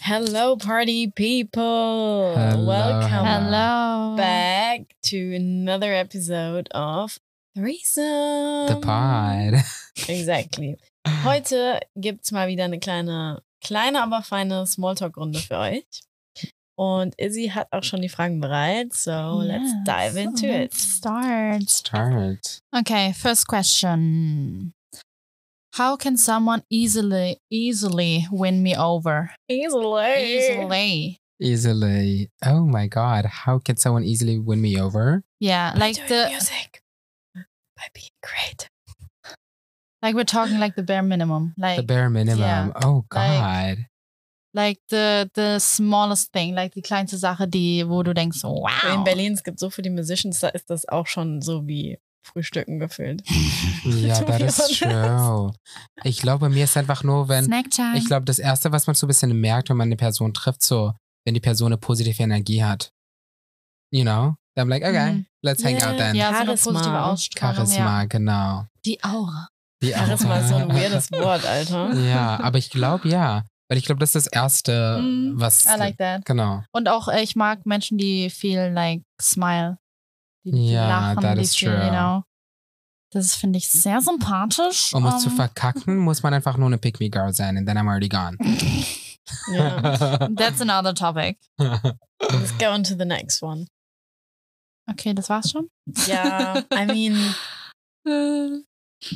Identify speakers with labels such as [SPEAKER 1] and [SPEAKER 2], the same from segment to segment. [SPEAKER 1] Hello, party people.
[SPEAKER 2] Hello.
[SPEAKER 1] Welcome
[SPEAKER 3] Hello.
[SPEAKER 1] back to another episode of Threesome.
[SPEAKER 2] The Pod.
[SPEAKER 1] Exactly. Heute gibt es mal wieder eine kleine, kleine, aber feine Smalltalk-Runde für euch. Und Izzy hat auch schon die Fragen bereit, so oh, let's
[SPEAKER 3] Yes.
[SPEAKER 1] dive into
[SPEAKER 3] Let's
[SPEAKER 1] it.
[SPEAKER 3] Start.
[SPEAKER 2] Start.
[SPEAKER 3] Okay, first question. How can someone easily easily win me over?
[SPEAKER 1] Easily.
[SPEAKER 3] Easily.
[SPEAKER 2] Easily. Oh my God. How can someone easily win me over?
[SPEAKER 3] Yeah,
[SPEAKER 1] By
[SPEAKER 3] like
[SPEAKER 1] doing
[SPEAKER 3] the
[SPEAKER 1] music. By being great.
[SPEAKER 3] like we're talking like the bare minimum. Like
[SPEAKER 2] The bare minimum.
[SPEAKER 3] yeah.
[SPEAKER 2] Oh God.
[SPEAKER 3] like the the smallest thing, like die kleinste Sache, die wo du denkst, wow.
[SPEAKER 1] In Berlin, es gibt so viele Musicians, da ist das auch schon so wie Frühstücken gefühlt.
[SPEAKER 2] ja,
[SPEAKER 1] To
[SPEAKER 2] that
[SPEAKER 1] be
[SPEAKER 2] is
[SPEAKER 1] honest.
[SPEAKER 2] true. Ich glaube, mir ist einfach nur, wenn.
[SPEAKER 3] Snack time.
[SPEAKER 2] Ich glaube, das Erste, was man so ein bisschen merkt, wenn man eine Person trifft, so, wenn die Person eine positive Energie hat. You know? Then I'm like, okay,
[SPEAKER 3] Mhm.
[SPEAKER 2] let's hang out
[SPEAKER 1] Mm. Yeah.
[SPEAKER 2] then.
[SPEAKER 3] ja, so eine
[SPEAKER 1] Charisma.
[SPEAKER 3] positive Ausstrahlung.
[SPEAKER 2] Charisma, genau.
[SPEAKER 3] Ja. Die Aura.
[SPEAKER 2] Die
[SPEAKER 1] Charisma ist so ein
[SPEAKER 2] Aura.
[SPEAKER 1] weirdes Wort, Alter.
[SPEAKER 2] Ja, aber ich glaube, ja. Weil ich glaube, das ist das Erste,
[SPEAKER 1] Mm,
[SPEAKER 3] Mhm.
[SPEAKER 2] was.
[SPEAKER 3] I like that.
[SPEAKER 2] Genau.
[SPEAKER 3] Und auch äh, ich mag Menschen, die viel like smile. Die, die
[SPEAKER 2] Ja,
[SPEAKER 3] lachen,
[SPEAKER 2] that
[SPEAKER 3] die
[SPEAKER 2] is
[SPEAKER 3] viel,
[SPEAKER 2] true.
[SPEAKER 3] you know. Das finde ich sehr sympathisch.
[SPEAKER 2] Um es zu
[SPEAKER 3] Ähm,
[SPEAKER 2] verkacken, muss man einfach nur eine Pick-Me-Girl sein and then I'm already gone.
[SPEAKER 1] Ja.
[SPEAKER 3] Ähm, That's another topic.
[SPEAKER 1] Let's go on to the next one.
[SPEAKER 3] Okay, das war's schon.
[SPEAKER 1] Ja, I mean,
[SPEAKER 3] Okay,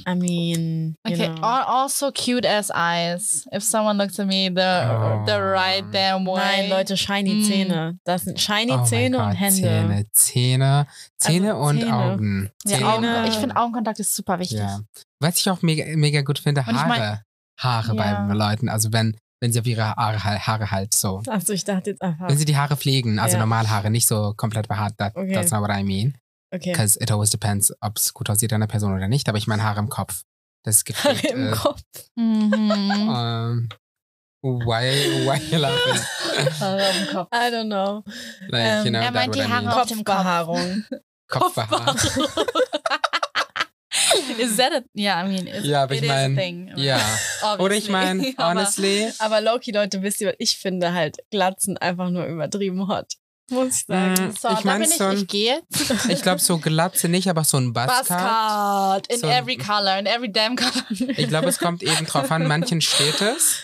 [SPEAKER 1] I mean, you know.
[SPEAKER 3] al- also cute as eyes. If someone looks at me the
[SPEAKER 2] Oh.
[SPEAKER 3] the right damn way.
[SPEAKER 1] Nein, Leute, shiny
[SPEAKER 3] Mm.
[SPEAKER 1] Zähne. Das sind shiny
[SPEAKER 2] my
[SPEAKER 1] Zähne und
[SPEAKER 2] God,
[SPEAKER 1] Hände.
[SPEAKER 2] Oh Zähne, Zähne, Zähne
[SPEAKER 1] Also
[SPEAKER 2] und
[SPEAKER 1] Zähne.
[SPEAKER 2] Augen.
[SPEAKER 3] Ja,
[SPEAKER 2] Zähne.
[SPEAKER 3] Augen, ich finde Augenkontakt ist super wichtig.
[SPEAKER 2] Ja. Was ich auch mega, mega gut finde,
[SPEAKER 3] Und ich
[SPEAKER 2] Haare.
[SPEAKER 3] mein-
[SPEAKER 2] Haare
[SPEAKER 3] Ja.
[SPEAKER 2] bei Leuten. Also wenn, wenn sie auf ihre Haare, halt- Haare halt so.
[SPEAKER 1] Also ich dachte jetzt einfach,
[SPEAKER 2] Wenn sie die Haare pflegen, also
[SPEAKER 1] Ja.
[SPEAKER 2] normal Haare, nicht so komplett behaart. That,
[SPEAKER 1] Okay.
[SPEAKER 2] That's not what I mean.
[SPEAKER 1] okay.
[SPEAKER 2] Because it always depends, ob es gut aussieht an der Person oder nicht. Aber ich meine Haare im Kopf. Das äh, gibt
[SPEAKER 1] Haare im Kopf.
[SPEAKER 3] Mhm.
[SPEAKER 2] Um, why, why you laughing?
[SPEAKER 3] Haare im Kopf.
[SPEAKER 1] I don't know.
[SPEAKER 2] Like,
[SPEAKER 1] Ähm,
[SPEAKER 2] you know,
[SPEAKER 3] er
[SPEAKER 2] that
[SPEAKER 3] meint
[SPEAKER 2] what
[SPEAKER 3] die
[SPEAKER 2] I
[SPEAKER 3] Haare
[SPEAKER 2] mean.
[SPEAKER 3] auf dem Kopf.
[SPEAKER 1] Kopfbehaarung.
[SPEAKER 2] Kopfbehaarung.
[SPEAKER 3] Is that a, yeah, I mean, it's,
[SPEAKER 2] Ja, aber
[SPEAKER 3] it
[SPEAKER 2] ich
[SPEAKER 3] is a
[SPEAKER 2] mein,
[SPEAKER 3] thing.
[SPEAKER 2] Ja.
[SPEAKER 3] Obviously.
[SPEAKER 2] Oder ich meine,
[SPEAKER 3] Aber-
[SPEAKER 2] honestly,
[SPEAKER 1] Aber Loki, Leute, wisst ihr, was ich finde halt Glatzen einfach nur übertrieben hot. Muss Hm, ich sagen.
[SPEAKER 2] Mm.
[SPEAKER 3] So,
[SPEAKER 2] Ich mein
[SPEAKER 3] ich da bin ich,
[SPEAKER 2] so ein-
[SPEAKER 3] ich gehe.
[SPEAKER 2] ich glaube so Glatze nicht, aber so ein Buzzcut.
[SPEAKER 3] Buzzcard. In
[SPEAKER 2] So ein-
[SPEAKER 3] every color, in every damn color.
[SPEAKER 2] Ich glaube, es kommt eben drauf an, manchen steht es,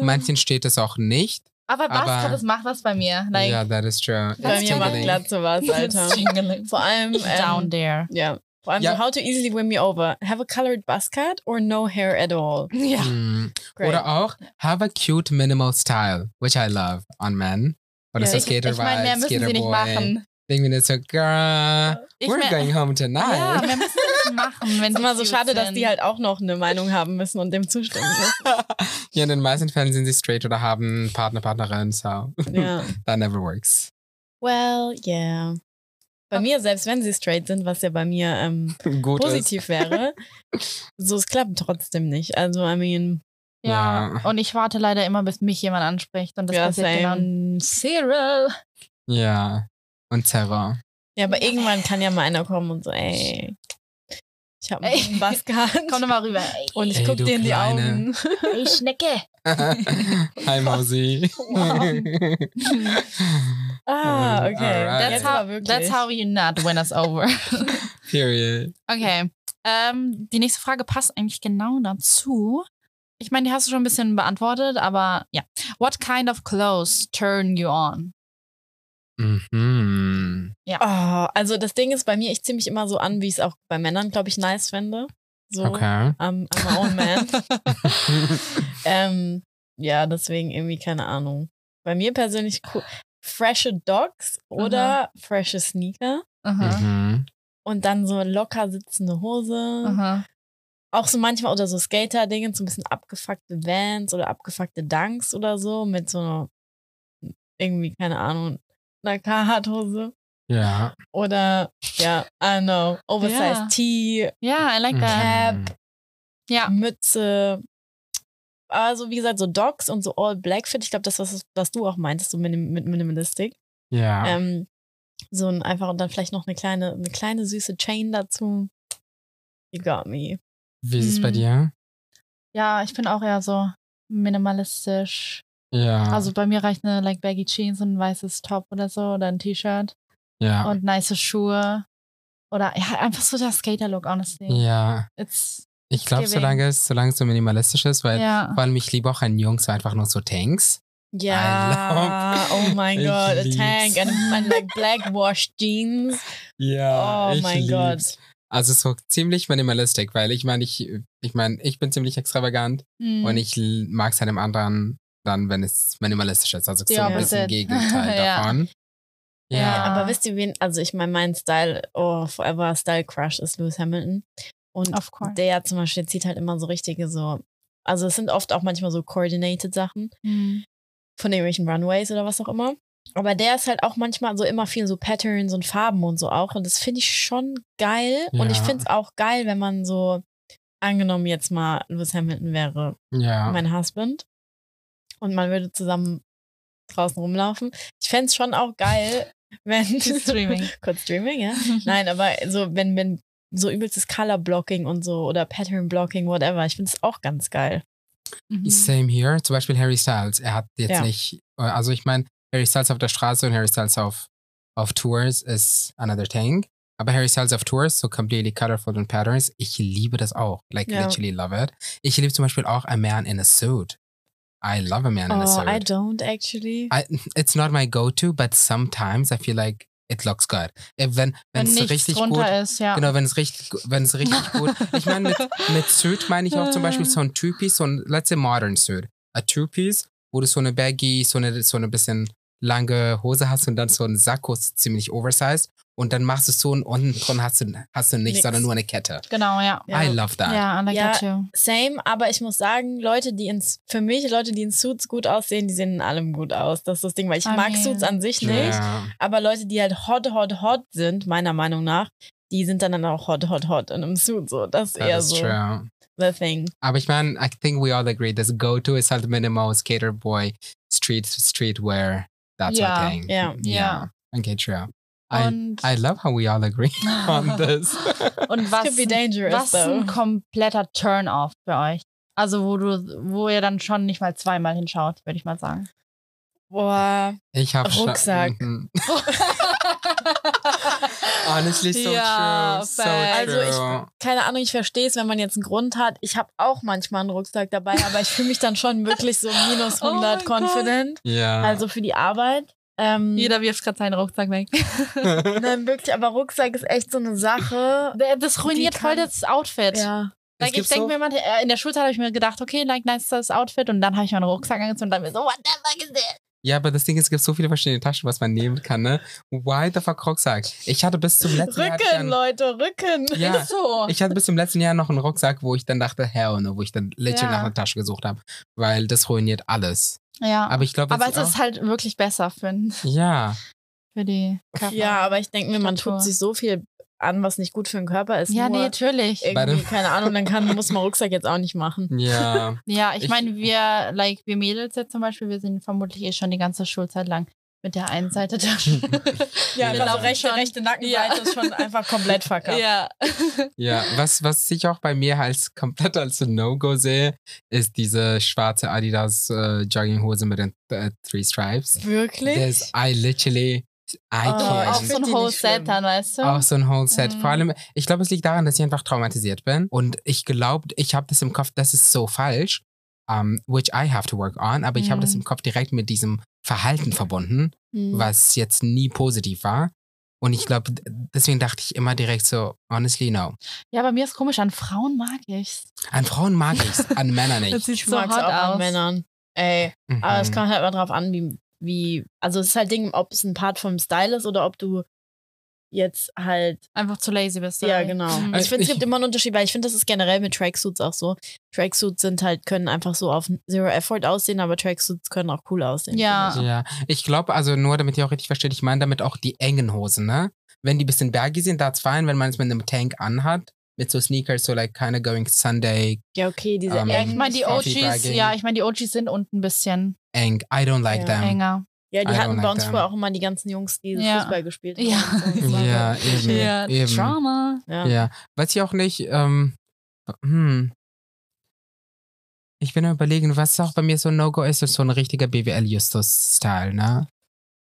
[SPEAKER 2] manchen steht es auch nicht.
[SPEAKER 3] aber
[SPEAKER 2] aber-
[SPEAKER 3] Buzzcard, das macht was bei
[SPEAKER 2] Ja,
[SPEAKER 3] mir. Like,
[SPEAKER 2] that is true.
[SPEAKER 1] Bei
[SPEAKER 3] Ganz
[SPEAKER 1] mir macht
[SPEAKER 3] tingling.
[SPEAKER 1] Glatze was, Alter.
[SPEAKER 3] it's tingling.
[SPEAKER 1] Vor allem,
[SPEAKER 3] Ich
[SPEAKER 1] ähm,
[SPEAKER 3] down there.
[SPEAKER 1] ja. Vor allem,
[SPEAKER 2] Ja.
[SPEAKER 1] so how to easily win me over. Have a colored buzz cut or no hair at all.
[SPEAKER 3] Ja.
[SPEAKER 2] Mm.
[SPEAKER 1] Great.
[SPEAKER 2] Oder auch, have a cute minimal style, which I love on men. Oder
[SPEAKER 1] Ja,
[SPEAKER 2] so
[SPEAKER 3] Ich, ich
[SPEAKER 2] Skater
[SPEAKER 3] meine, mehr
[SPEAKER 2] Vibe,
[SPEAKER 3] müssen
[SPEAKER 2] Skater
[SPEAKER 3] sie nicht
[SPEAKER 2] Boy.
[SPEAKER 3] machen.
[SPEAKER 2] Denken wir nicht so, girl,
[SPEAKER 3] Ich
[SPEAKER 2] we're
[SPEAKER 3] mein-
[SPEAKER 2] going home
[SPEAKER 3] Ja,
[SPEAKER 2] tonight.
[SPEAKER 3] mehr müssen sie nicht machen. Wenn
[SPEAKER 1] Ist
[SPEAKER 3] sie
[SPEAKER 1] immer so
[SPEAKER 3] cute
[SPEAKER 1] schade, dass
[SPEAKER 3] sind.
[SPEAKER 1] die halt auch noch eine Meinung haben müssen und dem zustimmen
[SPEAKER 2] Ja, in den meisten Fällen sind sie straight oder haben Partner, Partnerin, so
[SPEAKER 1] müssen. Ja.
[SPEAKER 2] that never works.
[SPEAKER 1] Well, yeah. Bei mir, selbst wenn sie straight sind, was ja bei mir ähm,
[SPEAKER 2] Gut ist.
[SPEAKER 1] positiv wäre, so es klappt trotzdem nicht. Also, I mean,
[SPEAKER 3] Ja.
[SPEAKER 2] Ja.
[SPEAKER 3] Und ich warte leider immer, bis mich jemand anspricht. Und das
[SPEAKER 1] Ja,
[SPEAKER 3] passiert
[SPEAKER 1] same.
[SPEAKER 3] genau. Cyril.
[SPEAKER 2] Ja. Und Terror.
[SPEAKER 1] ja, aber irgendwann kann ja mal einer kommen und so, ey, ich habe
[SPEAKER 3] Ey.
[SPEAKER 1] einen Bass gehabt
[SPEAKER 3] Komm doch mal rüber.
[SPEAKER 1] und ich
[SPEAKER 2] Ey,
[SPEAKER 1] guck
[SPEAKER 2] du
[SPEAKER 1] dir in die
[SPEAKER 2] Kleine.
[SPEAKER 1] Augen.
[SPEAKER 3] Ich Schnecke.
[SPEAKER 2] Hi, Mausi.
[SPEAKER 1] Ah,
[SPEAKER 2] Alright.
[SPEAKER 1] okay.
[SPEAKER 2] That's
[SPEAKER 3] That's
[SPEAKER 1] Jetzt
[SPEAKER 2] how-
[SPEAKER 1] aber
[SPEAKER 3] how,
[SPEAKER 1] wirklich.
[SPEAKER 3] that's how you not win us over.
[SPEAKER 2] Period.
[SPEAKER 3] Okay. Ähm, die nächste Frage passt eigentlich genau dazu. Ich meine, die hast du schon ein bisschen beantwortet, aber ja. What kind of clothes turn you on?
[SPEAKER 2] Mhm.
[SPEAKER 1] Oh, also das Ding ist bei mir, ich ziehe mich immer so an, wie ich es auch bei Männern, glaube ich, nice finde. So,
[SPEAKER 2] Okay.
[SPEAKER 1] I'm, I'm my own man. ähm, ja, deswegen irgendwie keine Ahnung. Bei mir persönlich cool. Freshe Dogs oder freshe Sneaker.
[SPEAKER 3] Aha.
[SPEAKER 2] mhm.
[SPEAKER 1] Und dann so locker sitzende Hose.
[SPEAKER 3] Aha.
[SPEAKER 1] Auch so manchmal oder so Skater-Dinge, so ein bisschen abgefuckte Vans oder abgefuckte Dunks oder so mit so einer, irgendwie, keine Ahnung, einer Carhartt-Hose.
[SPEAKER 2] Ja.
[SPEAKER 1] Oder, ja, I don't know,
[SPEAKER 3] Ja.
[SPEAKER 1] Oversized Tee,
[SPEAKER 3] Yeah, I like that.
[SPEAKER 2] Mhm.
[SPEAKER 3] Ja.
[SPEAKER 1] Mütze. Also, wie gesagt, so Docs und so All Black Fit. Ich glaube, das, was, was du auch meintest, so mit, dem- mit Minimalistik.
[SPEAKER 2] Ja.
[SPEAKER 1] Ähm, so ein einfach und dann vielleicht noch eine kleine, eine kleine süße Chain dazu. You got me.
[SPEAKER 2] Wie ist es bei
[SPEAKER 3] mhm.
[SPEAKER 2] dir?
[SPEAKER 3] Ja, ich bin auch eher so minimalistisch.
[SPEAKER 2] Ja.
[SPEAKER 3] Also bei mir reicht eine like baggy Jeans und ein weißes Top oder so oder ein T-Shirt
[SPEAKER 2] ja.
[SPEAKER 3] und nice Schuhe oder ja einfach so der Skater Look honestly.
[SPEAKER 2] ja.
[SPEAKER 3] It's
[SPEAKER 2] Ich glaube,
[SPEAKER 3] giving.
[SPEAKER 2] solange es, solange es so minimalistisch ist, weil
[SPEAKER 3] ja.
[SPEAKER 2] vor allem ich liebe auch einen Jungs, der einfach nur so Tanks.
[SPEAKER 1] Ja,
[SPEAKER 2] I love-
[SPEAKER 1] oh mein
[SPEAKER 2] Ich
[SPEAKER 1] Gott, a
[SPEAKER 2] lieb's.
[SPEAKER 1] tank and, and like black washed jeans.
[SPEAKER 2] Ja.
[SPEAKER 1] Oh mein Gott.
[SPEAKER 2] Also so ziemlich minimalistisch, weil ich meine, ich, ich meine, ich bin ziemlich extravagant
[SPEAKER 3] Mm.
[SPEAKER 1] Mhm.
[SPEAKER 2] und ich l- mag es halt dem anderen dann, wenn es minimalistisch ist. Also so
[SPEAKER 3] Ja,
[SPEAKER 2] ein bisschen
[SPEAKER 3] opposite.
[SPEAKER 2] Gegenteil
[SPEAKER 3] Ja.
[SPEAKER 2] davon. Ja.
[SPEAKER 3] Ja.
[SPEAKER 1] Aber wisst ihr wen, also ich meine, mein Style, oh, Forever Style Crush ist Lewis Hamilton. Und
[SPEAKER 3] Of course.
[SPEAKER 1] der zum Beispiel zieht halt immer so richtige so, also es sind oft auch manchmal so coordinated Sachen
[SPEAKER 3] Mm.
[SPEAKER 1] von irgendwelchen Runways oder was auch immer. Aber der ist halt auch manchmal so immer viel so Patterns und Farben und so auch. Und das finde ich schon geil. Und ich
[SPEAKER 2] Ja.
[SPEAKER 1] finde es auch geil, wenn man so, angenommen jetzt mal Lewis Hamilton wäre
[SPEAKER 2] Ja.
[SPEAKER 1] mein Husband. Und man würde zusammen draußen rumlaufen. Ich fände es schon auch geil, wenn.
[SPEAKER 3] Streaming.
[SPEAKER 1] kurz Streaming, ja. Nein, aber so, wenn, wenn so übelstes Color Blocking und so oder Pattern Blocking, whatever. Ich finde es auch ganz geil.
[SPEAKER 3] Mhm.
[SPEAKER 2] Same here. Zum Beispiel Harry Styles. Er hat jetzt
[SPEAKER 1] Ja.
[SPEAKER 2] nicht, also ich meine, Harry Styles auf der Straße und Harry Styles auf, auf Tours ist another thing. Aber Harry Styles auf Tours, so completely colorful und patterns, ich liebe das auch. Like,
[SPEAKER 1] Ja.
[SPEAKER 2] literally love it. Ich liebe zum Beispiel auch A Man in a Suit. I love A Man in a
[SPEAKER 1] Oh, I
[SPEAKER 2] Suit.
[SPEAKER 1] don't actually.
[SPEAKER 2] I, it's not my go-to, but sometimes I feel like it looks good. Äh, Wenn, wenn
[SPEAKER 3] Wenn
[SPEAKER 2] es
[SPEAKER 3] nichts
[SPEAKER 2] richtig
[SPEAKER 3] drunter
[SPEAKER 2] gut
[SPEAKER 3] ist, ja.
[SPEAKER 2] Genau, wenn es richtig, gu- wenn es richtig gut. Ich meine, mit, mit Suit meine ich auch zum Beispiel so ein Two-Piece, so ein, let's say modern Suit. A Two-Piece, wo du so eine Baggy, so eine, so eine bisschen lange Hose hast und dann so einen Sakko, s- ziemlich oversized. Und dann machst du es so und unten dran hast du, hast du nichts,
[SPEAKER 1] Nix.
[SPEAKER 2] sondern nur eine Kette.
[SPEAKER 3] Genau, ja.
[SPEAKER 1] Ja.
[SPEAKER 2] I love that.
[SPEAKER 3] Ja, I like
[SPEAKER 1] Ja.
[SPEAKER 3] that too.
[SPEAKER 1] Same, aber ich muss sagen, Leute, die ins, für mich, Leute, die in Suits gut aussehen, die sehen in allem gut aus. Das ist das Ding, weil ich
[SPEAKER 3] I
[SPEAKER 1] mag
[SPEAKER 3] mean-
[SPEAKER 1] Suits an sich nicht.
[SPEAKER 2] Ja.
[SPEAKER 1] Aber Leute, die halt hot, hot, hot sind, meiner Meinung nach, die sind dann, dann auch hot, hot, hot in einem Suit. So, das ist eher
[SPEAKER 2] That is
[SPEAKER 1] so
[SPEAKER 2] true.
[SPEAKER 1] the thing.
[SPEAKER 2] Aber ich meine, I think we all agree, das Go-To ist halt Minimal Skater Boy Street Streetwear. That's
[SPEAKER 3] Ja.
[SPEAKER 2] my thing.
[SPEAKER 1] Ja.
[SPEAKER 2] Yeah. Okay, true. I,
[SPEAKER 3] Und,
[SPEAKER 2] I love how we all agree on this.
[SPEAKER 3] und
[SPEAKER 1] Could
[SPEAKER 3] was,
[SPEAKER 1] be dangerous,
[SPEAKER 3] was
[SPEAKER 1] though.
[SPEAKER 3] ein kompletter Turn-off für euch? Also wo du, wo ihr dann schon nicht mal zweimal hinschaut, würde ich mal sagen.
[SPEAKER 1] Boah.
[SPEAKER 2] Ich habe
[SPEAKER 1] Rucksack.
[SPEAKER 2] mm-hmm. Honestly, so
[SPEAKER 3] Ja,
[SPEAKER 2] true. So
[SPEAKER 3] facts.
[SPEAKER 1] Also
[SPEAKER 2] true.
[SPEAKER 1] ich- Keine Ahnung, ich verstehe es, wenn man jetzt einen Grund hat. Ich habe auch manchmal einen Rucksack dabei, aber ich fühle mich dann schon wirklich so minus
[SPEAKER 3] Oh
[SPEAKER 1] 100
[SPEAKER 3] mein Gott.
[SPEAKER 1] confident.
[SPEAKER 2] ja.
[SPEAKER 1] Also für die Arbeit. Ähm,
[SPEAKER 3] Jeder wirft gerade seinen Rucksack weg.
[SPEAKER 1] Nein, wirklich, aber Rucksack ist echt so eine Sache.
[SPEAKER 3] Das ruiniert
[SPEAKER 1] Die kann-
[SPEAKER 3] voll das Outfit.
[SPEAKER 1] Ja.
[SPEAKER 2] Es
[SPEAKER 3] Like, ich
[SPEAKER 2] gibt
[SPEAKER 3] denke
[SPEAKER 2] so-
[SPEAKER 3] mir, mal, äh, in der Schulzeit habe ich mir gedacht, okay, like, nice das Outfit. Und dann habe ich meinen Rucksack angezogen und dann mir so, what the fuck is this?
[SPEAKER 2] ja, aber das Ding ist, es gibt so viele verschiedene Taschen, was man nehmen kann, ne? Why the fuck Rucksack? Ich hatte bis zum letzten Jahr. hatte ich
[SPEAKER 1] Rücken,
[SPEAKER 2] einen-
[SPEAKER 1] Leute, Rücken.
[SPEAKER 2] Ja.
[SPEAKER 3] Ist so.
[SPEAKER 2] Ich hatte bis zum letzten Jahr noch einen Rucksack, wo ich dann dachte, hell, ne, wo ich dann literally
[SPEAKER 3] Ja.
[SPEAKER 2] nach einer Tasche gesucht habe, weil das ruiniert alles.
[SPEAKER 3] ja.
[SPEAKER 2] Aber ich glaube,
[SPEAKER 3] Aber es ist halt wirklich besser für,
[SPEAKER 2] ja,
[SPEAKER 3] für die Körper.
[SPEAKER 1] Ja, aber ich denke mir, man
[SPEAKER 3] Struktur.
[SPEAKER 1] tut sich so viel an, was nicht gut für den Körper ist.
[SPEAKER 3] Ja,
[SPEAKER 1] nur
[SPEAKER 3] nee, natürlich.
[SPEAKER 2] Bei
[SPEAKER 1] irgendwie,
[SPEAKER 2] dem-
[SPEAKER 1] keine Ahnung, dann kann, muss man Rucksack jetzt auch nicht machen.
[SPEAKER 2] ja,
[SPEAKER 3] Ja, ich
[SPEAKER 2] Ich-
[SPEAKER 3] meine, wir, like, wir Mädels jetzt zum Beispiel, wir sind vermutlich eh schon die ganze Schulzeit lang mit der einen Seite der
[SPEAKER 2] Ja,
[SPEAKER 1] einfach so
[SPEAKER 2] genau.
[SPEAKER 1] also rechte, rechte Nackenseite
[SPEAKER 3] Ja.
[SPEAKER 1] ist schon einfach komplett verkackt.
[SPEAKER 3] Ja.
[SPEAKER 2] ja. Was, was ich auch bei mir als komplett als ein No-Go sehe, ist diese schwarze Adidas äh, Jogginghose mit den äh, Three Stripes.
[SPEAKER 1] Wirklich?
[SPEAKER 2] There's, I literally, I
[SPEAKER 1] Oh,
[SPEAKER 3] Aber auch
[SPEAKER 1] ich
[SPEAKER 2] can't.
[SPEAKER 3] so
[SPEAKER 1] find
[SPEAKER 3] ein
[SPEAKER 1] die
[SPEAKER 3] whole
[SPEAKER 1] nicht schlimm.
[SPEAKER 3] Set dann, weißt du?
[SPEAKER 2] Auch so ein whole set. Vor
[SPEAKER 3] Mhm.
[SPEAKER 2] allem, ich glaube, es liegt daran, dass ich einfach traumatisiert bin. Und ich glaube, ich habe das im Kopf, das ist so falsch, um, which I have to work on. Aber ich habe das
[SPEAKER 3] Mhm.
[SPEAKER 2] im Kopf direkt mit diesem Verhalten verbunden,
[SPEAKER 1] Mhm.
[SPEAKER 2] was jetzt nie positiv war. Und ich glaube, d- deswegen dachte ich immer direkt so, honestly, no.
[SPEAKER 3] Ja, bei mir ist komisch, an Frauen mag ich's.
[SPEAKER 2] An Frauen mag ich es, an Männern
[SPEAKER 3] Das
[SPEAKER 2] nicht.
[SPEAKER 3] sieht
[SPEAKER 1] Ich
[SPEAKER 3] so hot
[SPEAKER 1] mag's auch an
[SPEAKER 3] aus.
[SPEAKER 1] Männern. Ey,
[SPEAKER 2] Mhm.
[SPEAKER 1] aber es kommt halt mal drauf an, wie, wie, also es ist halt Ding, ob es ein Part vom Style ist oder ob du jetzt halt
[SPEAKER 3] Einfach zu lazy bist du.
[SPEAKER 1] Ja,
[SPEAKER 3] oder wie?
[SPEAKER 1] genau.
[SPEAKER 3] Mhm.
[SPEAKER 1] Ich finde, es
[SPEAKER 2] Also Ich-
[SPEAKER 1] gibt immer einen Unterschied, weil ich finde, das ist generell mit Tracksuits auch so. Tracksuits sind halt, können einfach so auf Zero Effort aussehen, aber Tracksuits können auch cool aussehen.
[SPEAKER 3] Ja.
[SPEAKER 1] finde
[SPEAKER 2] Ja, ich glaube, also nur damit ihr auch richtig versteht, ich meine damit auch die engen Hosen, ne? Wenn die bisschen bergig sind, that's fine. Wenn man es mit einem Tank anhat, mit so Sneakers, so like keine going Sunday
[SPEAKER 1] ich. Ja, okay, diese
[SPEAKER 2] Ähm,
[SPEAKER 3] Ja,
[SPEAKER 1] engen.
[SPEAKER 3] ich meine, die
[SPEAKER 2] Coffee
[SPEAKER 3] OGs,
[SPEAKER 2] Bagging.
[SPEAKER 3] ja, ich meine, die OGs sind unten ein bisschen
[SPEAKER 2] eng. I don't like
[SPEAKER 1] Ja.
[SPEAKER 2] them.
[SPEAKER 3] enger.
[SPEAKER 1] ja,
[SPEAKER 2] I
[SPEAKER 1] die
[SPEAKER 2] don't
[SPEAKER 1] hatten bei
[SPEAKER 2] like
[SPEAKER 1] uns
[SPEAKER 2] them.
[SPEAKER 1] früher auch immer die ganzen Jungs, die
[SPEAKER 3] Ja.
[SPEAKER 1] Fußball gespielt haben.
[SPEAKER 3] Ja.
[SPEAKER 1] und so.
[SPEAKER 2] Ja, eben. eben.
[SPEAKER 3] Trauma.
[SPEAKER 1] Ja.
[SPEAKER 2] Ja. Weiß ich auch nicht, ähm, hm. Ich bin am überlegen, was auch bei mir so ein No-Go ist, ist so ein richtiger BWL-Justus-Style, ne?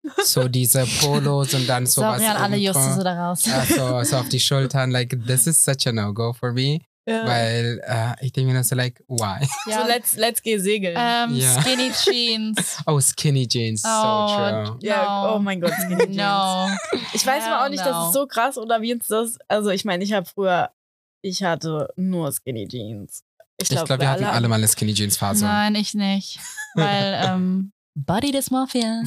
[SPEAKER 2] So diese Polos und dann sowas.
[SPEAKER 3] Sorry an alle
[SPEAKER 2] irgendwo.
[SPEAKER 3] Justus da raus.
[SPEAKER 2] Ja, so, so auf die Schultern, like, this is such a No-Go for me. Weil äh, ich denke mir dann so, like, why?
[SPEAKER 1] So, let's, let's geh segeln.
[SPEAKER 3] ähm,
[SPEAKER 2] Ja.
[SPEAKER 3] Skinny Jeans.
[SPEAKER 2] Oh, skinny jeans,
[SPEAKER 3] Oh,
[SPEAKER 2] so true.
[SPEAKER 1] ja,
[SPEAKER 3] no.
[SPEAKER 1] oh mein Gott, Skinny Jeans.
[SPEAKER 3] No.
[SPEAKER 1] Ich weiß aber auch nicht, das
[SPEAKER 3] no.
[SPEAKER 1] ist so krass oder wie jetzt das. Also, ich meine, ich habe früher, ich hatte nur Skinny Jeans. Ich
[SPEAKER 2] Ich
[SPEAKER 1] glaube,
[SPEAKER 2] glaube, wir hatten alle mal eine skinny jeans Phase.
[SPEAKER 3] Nein, ich nicht. Weil, ähm, Body Dysmorphia.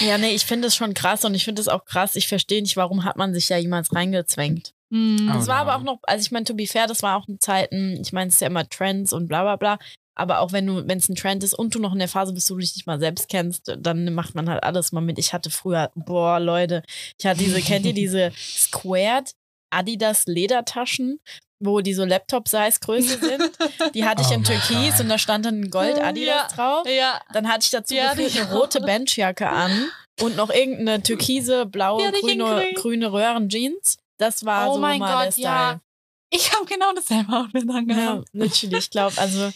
[SPEAKER 1] Ja, nee, ich finde es schon krass und ich finde es auch krass. Ich verstehe nicht, warum hat man sich da jemals reingezwängt.
[SPEAKER 3] mm.
[SPEAKER 2] Oh.
[SPEAKER 1] Das war
[SPEAKER 2] no.
[SPEAKER 1] aber auch noch, also ich meine, to be fair, das war auch in Zeiten, ich meine, es ist ja immer Trends und bla bla bla. Aber auch wenn du, wenn es ein Trend ist und du noch in der Phase bist, wo du dich nicht mal selbst kennst, dann macht man halt alles mal mit. Ich hatte früher, boah, Leute, ich hatte diese, kennt ihr diese Squared Adidas Ledertaschen, wo die so Laptop-Size-Größe sind? Die hatte ich
[SPEAKER 2] Oh
[SPEAKER 1] in
[SPEAKER 2] mein
[SPEAKER 1] Türkis
[SPEAKER 2] Gott.
[SPEAKER 1] und da stand dann Gold Adidas
[SPEAKER 3] Ja.
[SPEAKER 1] drauf.
[SPEAKER 3] Ja.
[SPEAKER 1] Dann hatte ich dazu
[SPEAKER 3] Die hatte
[SPEAKER 1] gefühlt
[SPEAKER 3] ich
[SPEAKER 1] eine
[SPEAKER 3] auch.
[SPEAKER 1] rote Benchjacke an und noch irgendeine türkise,
[SPEAKER 3] Die
[SPEAKER 1] blaue,
[SPEAKER 3] hatte ich in
[SPEAKER 1] grüne,
[SPEAKER 3] grün.
[SPEAKER 1] grüne Röhrenjeans. Das war
[SPEAKER 3] Oh
[SPEAKER 1] so
[SPEAKER 3] mein
[SPEAKER 1] mal der
[SPEAKER 3] Gott,
[SPEAKER 1] Style.
[SPEAKER 3] ja. genau. Ich habe genau dasselbe Outfit
[SPEAKER 1] Ja,
[SPEAKER 3] angehabt.
[SPEAKER 1] literally, ich glaube, also.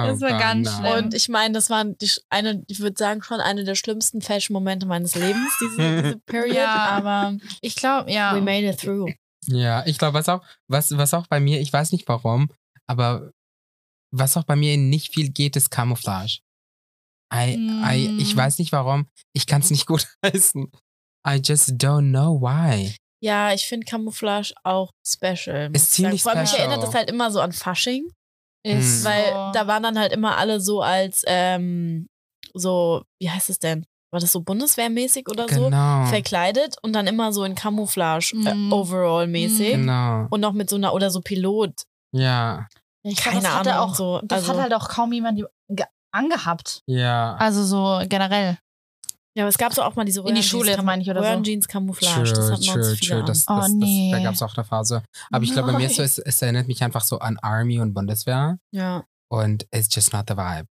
[SPEAKER 2] Oh
[SPEAKER 3] Das war
[SPEAKER 2] Gott,
[SPEAKER 3] ganz
[SPEAKER 2] nein.
[SPEAKER 3] schlimm.
[SPEAKER 1] Und ich meine, das waren die, sch- eine, ich würde sagen, schon eine der schlimmsten Fashion-Momente meines Lebens, diese, diese Period.
[SPEAKER 3] Ja.
[SPEAKER 1] Aber
[SPEAKER 3] Ich glaube, ja.
[SPEAKER 1] we made it through.
[SPEAKER 2] Ja, ich glaube, was auch, was, was auch bei mir, ich weiß nicht warum, aber was auch bei mir nicht viel geht, ist Camouflage. I, I, ich
[SPEAKER 3] Mm.
[SPEAKER 2] weiß nicht warum, ich kann es nicht gut heißen. I just don't know why.
[SPEAKER 1] Ja, ich finde Camouflage auch special. muss
[SPEAKER 2] Ist
[SPEAKER 1] ich sagen.
[SPEAKER 2] ziemlich
[SPEAKER 1] Vor allem, mich
[SPEAKER 3] special.
[SPEAKER 1] erinnert das halt immer so an Fasching,
[SPEAKER 2] Ist
[SPEAKER 1] weil
[SPEAKER 3] Oh.
[SPEAKER 1] da waren dann halt immer alle so als, ähm, so, wie heißt es denn? War das so bundeswehrmäßig oder so?
[SPEAKER 2] Genau.
[SPEAKER 1] verkleidet und dann immer so in Camouflage
[SPEAKER 3] Mhm.
[SPEAKER 1] äh, overall mäßig
[SPEAKER 2] Genau.
[SPEAKER 1] und noch mit so einer oder so Pilot.
[SPEAKER 2] Ja,
[SPEAKER 3] ich glaub,
[SPEAKER 1] Keine
[SPEAKER 3] das
[SPEAKER 1] Ahnung.
[SPEAKER 3] Hatte auch,
[SPEAKER 1] so.
[SPEAKER 3] das
[SPEAKER 1] also,
[SPEAKER 3] hat halt auch kaum jemand ge- angehabt.
[SPEAKER 2] ja.
[SPEAKER 3] Also so generell.
[SPEAKER 1] ja, aber es gab so auch mal diese
[SPEAKER 3] In die Schule
[SPEAKER 1] Cam-
[SPEAKER 3] meine ich oder so.
[SPEAKER 1] Röhrenjeans Camouflage. das hatten auch so viele an.
[SPEAKER 2] Das, das,
[SPEAKER 3] Oh,
[SPEAKER 2] das,
[SPEAKER 3] nee.
[SPEAKER 2] Da gab es auch eine Phase. Aber ich glaube, bei mir
[SPEAKER 3] Nein.
[SPEAKER 2] so, es, es erinnert mich einfach so an Army und Bundeswehr.
[SPEAKER 1] ja,
[SPEAKER 2] Und it's just not the vibe.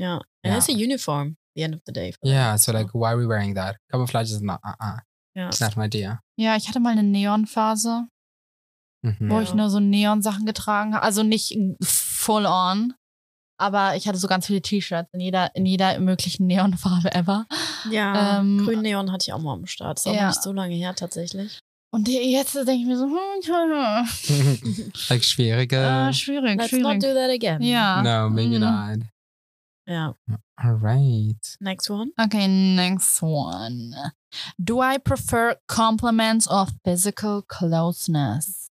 [SPEAKER 1] ja.
[SPEAKER 2] Ja.
[SPEAKER 1] Das ist eine Uniform. The end of the day.
[SPEAKER 2] Yeah, so like, why are we wearing that? Camouflage is not, uh-uh.
[SPEAKER 1] Ja.
[SPEAKER 2] It's not my idea.
[SPEAKER 3] Ja, ich hatte mal eine Neon-Phase,
[SPEAKER 2] Mhm.
[SPEAKER 3] wo
[SPEAKER 1] Ja.
[SPEAKER 3] ich nur so Neon-Sachen getragen habe. Also nicht full on, aber ich hatte so ganz viele T-Shirts in jeder, in jeder möglichen Neonfarbe ever.
[SPEAKER 1] ja.
[SPEAKER 3] Ähm,
[SPEAKER 1] Grün Neon hatte ich auch mal am Start. Ist auch
[SPEAKER 3] ja.
[SPEAKER 1] noch nicht so lange her tatsächlich.
[SPEAKER 3] Und jetzt denke ich mir so, hm, hm,
[SPEAKER 2] like, schwierige.
[SPEAKER 1] Ah,
[SPEAKER 3] äh, schwierig,
[SPEAKER 1] Let's not
[SPEAKER 3] schwierig.
[SPEAKER 1] do that again.
[SPEAKER 3] Ja.
[SPEAKER 2] No, maybe
[SPEAKER 1] Mhm.
[SPEAKER 3] Mm.
[SPEAKER 2] not.
[SPEAKER 1] Ja.
[SPEAKER 2] All right.
[SPEAKER 1] Next one.
[SPEAKER 3] Okay, next one. Do I prefer compliments or physical closeness?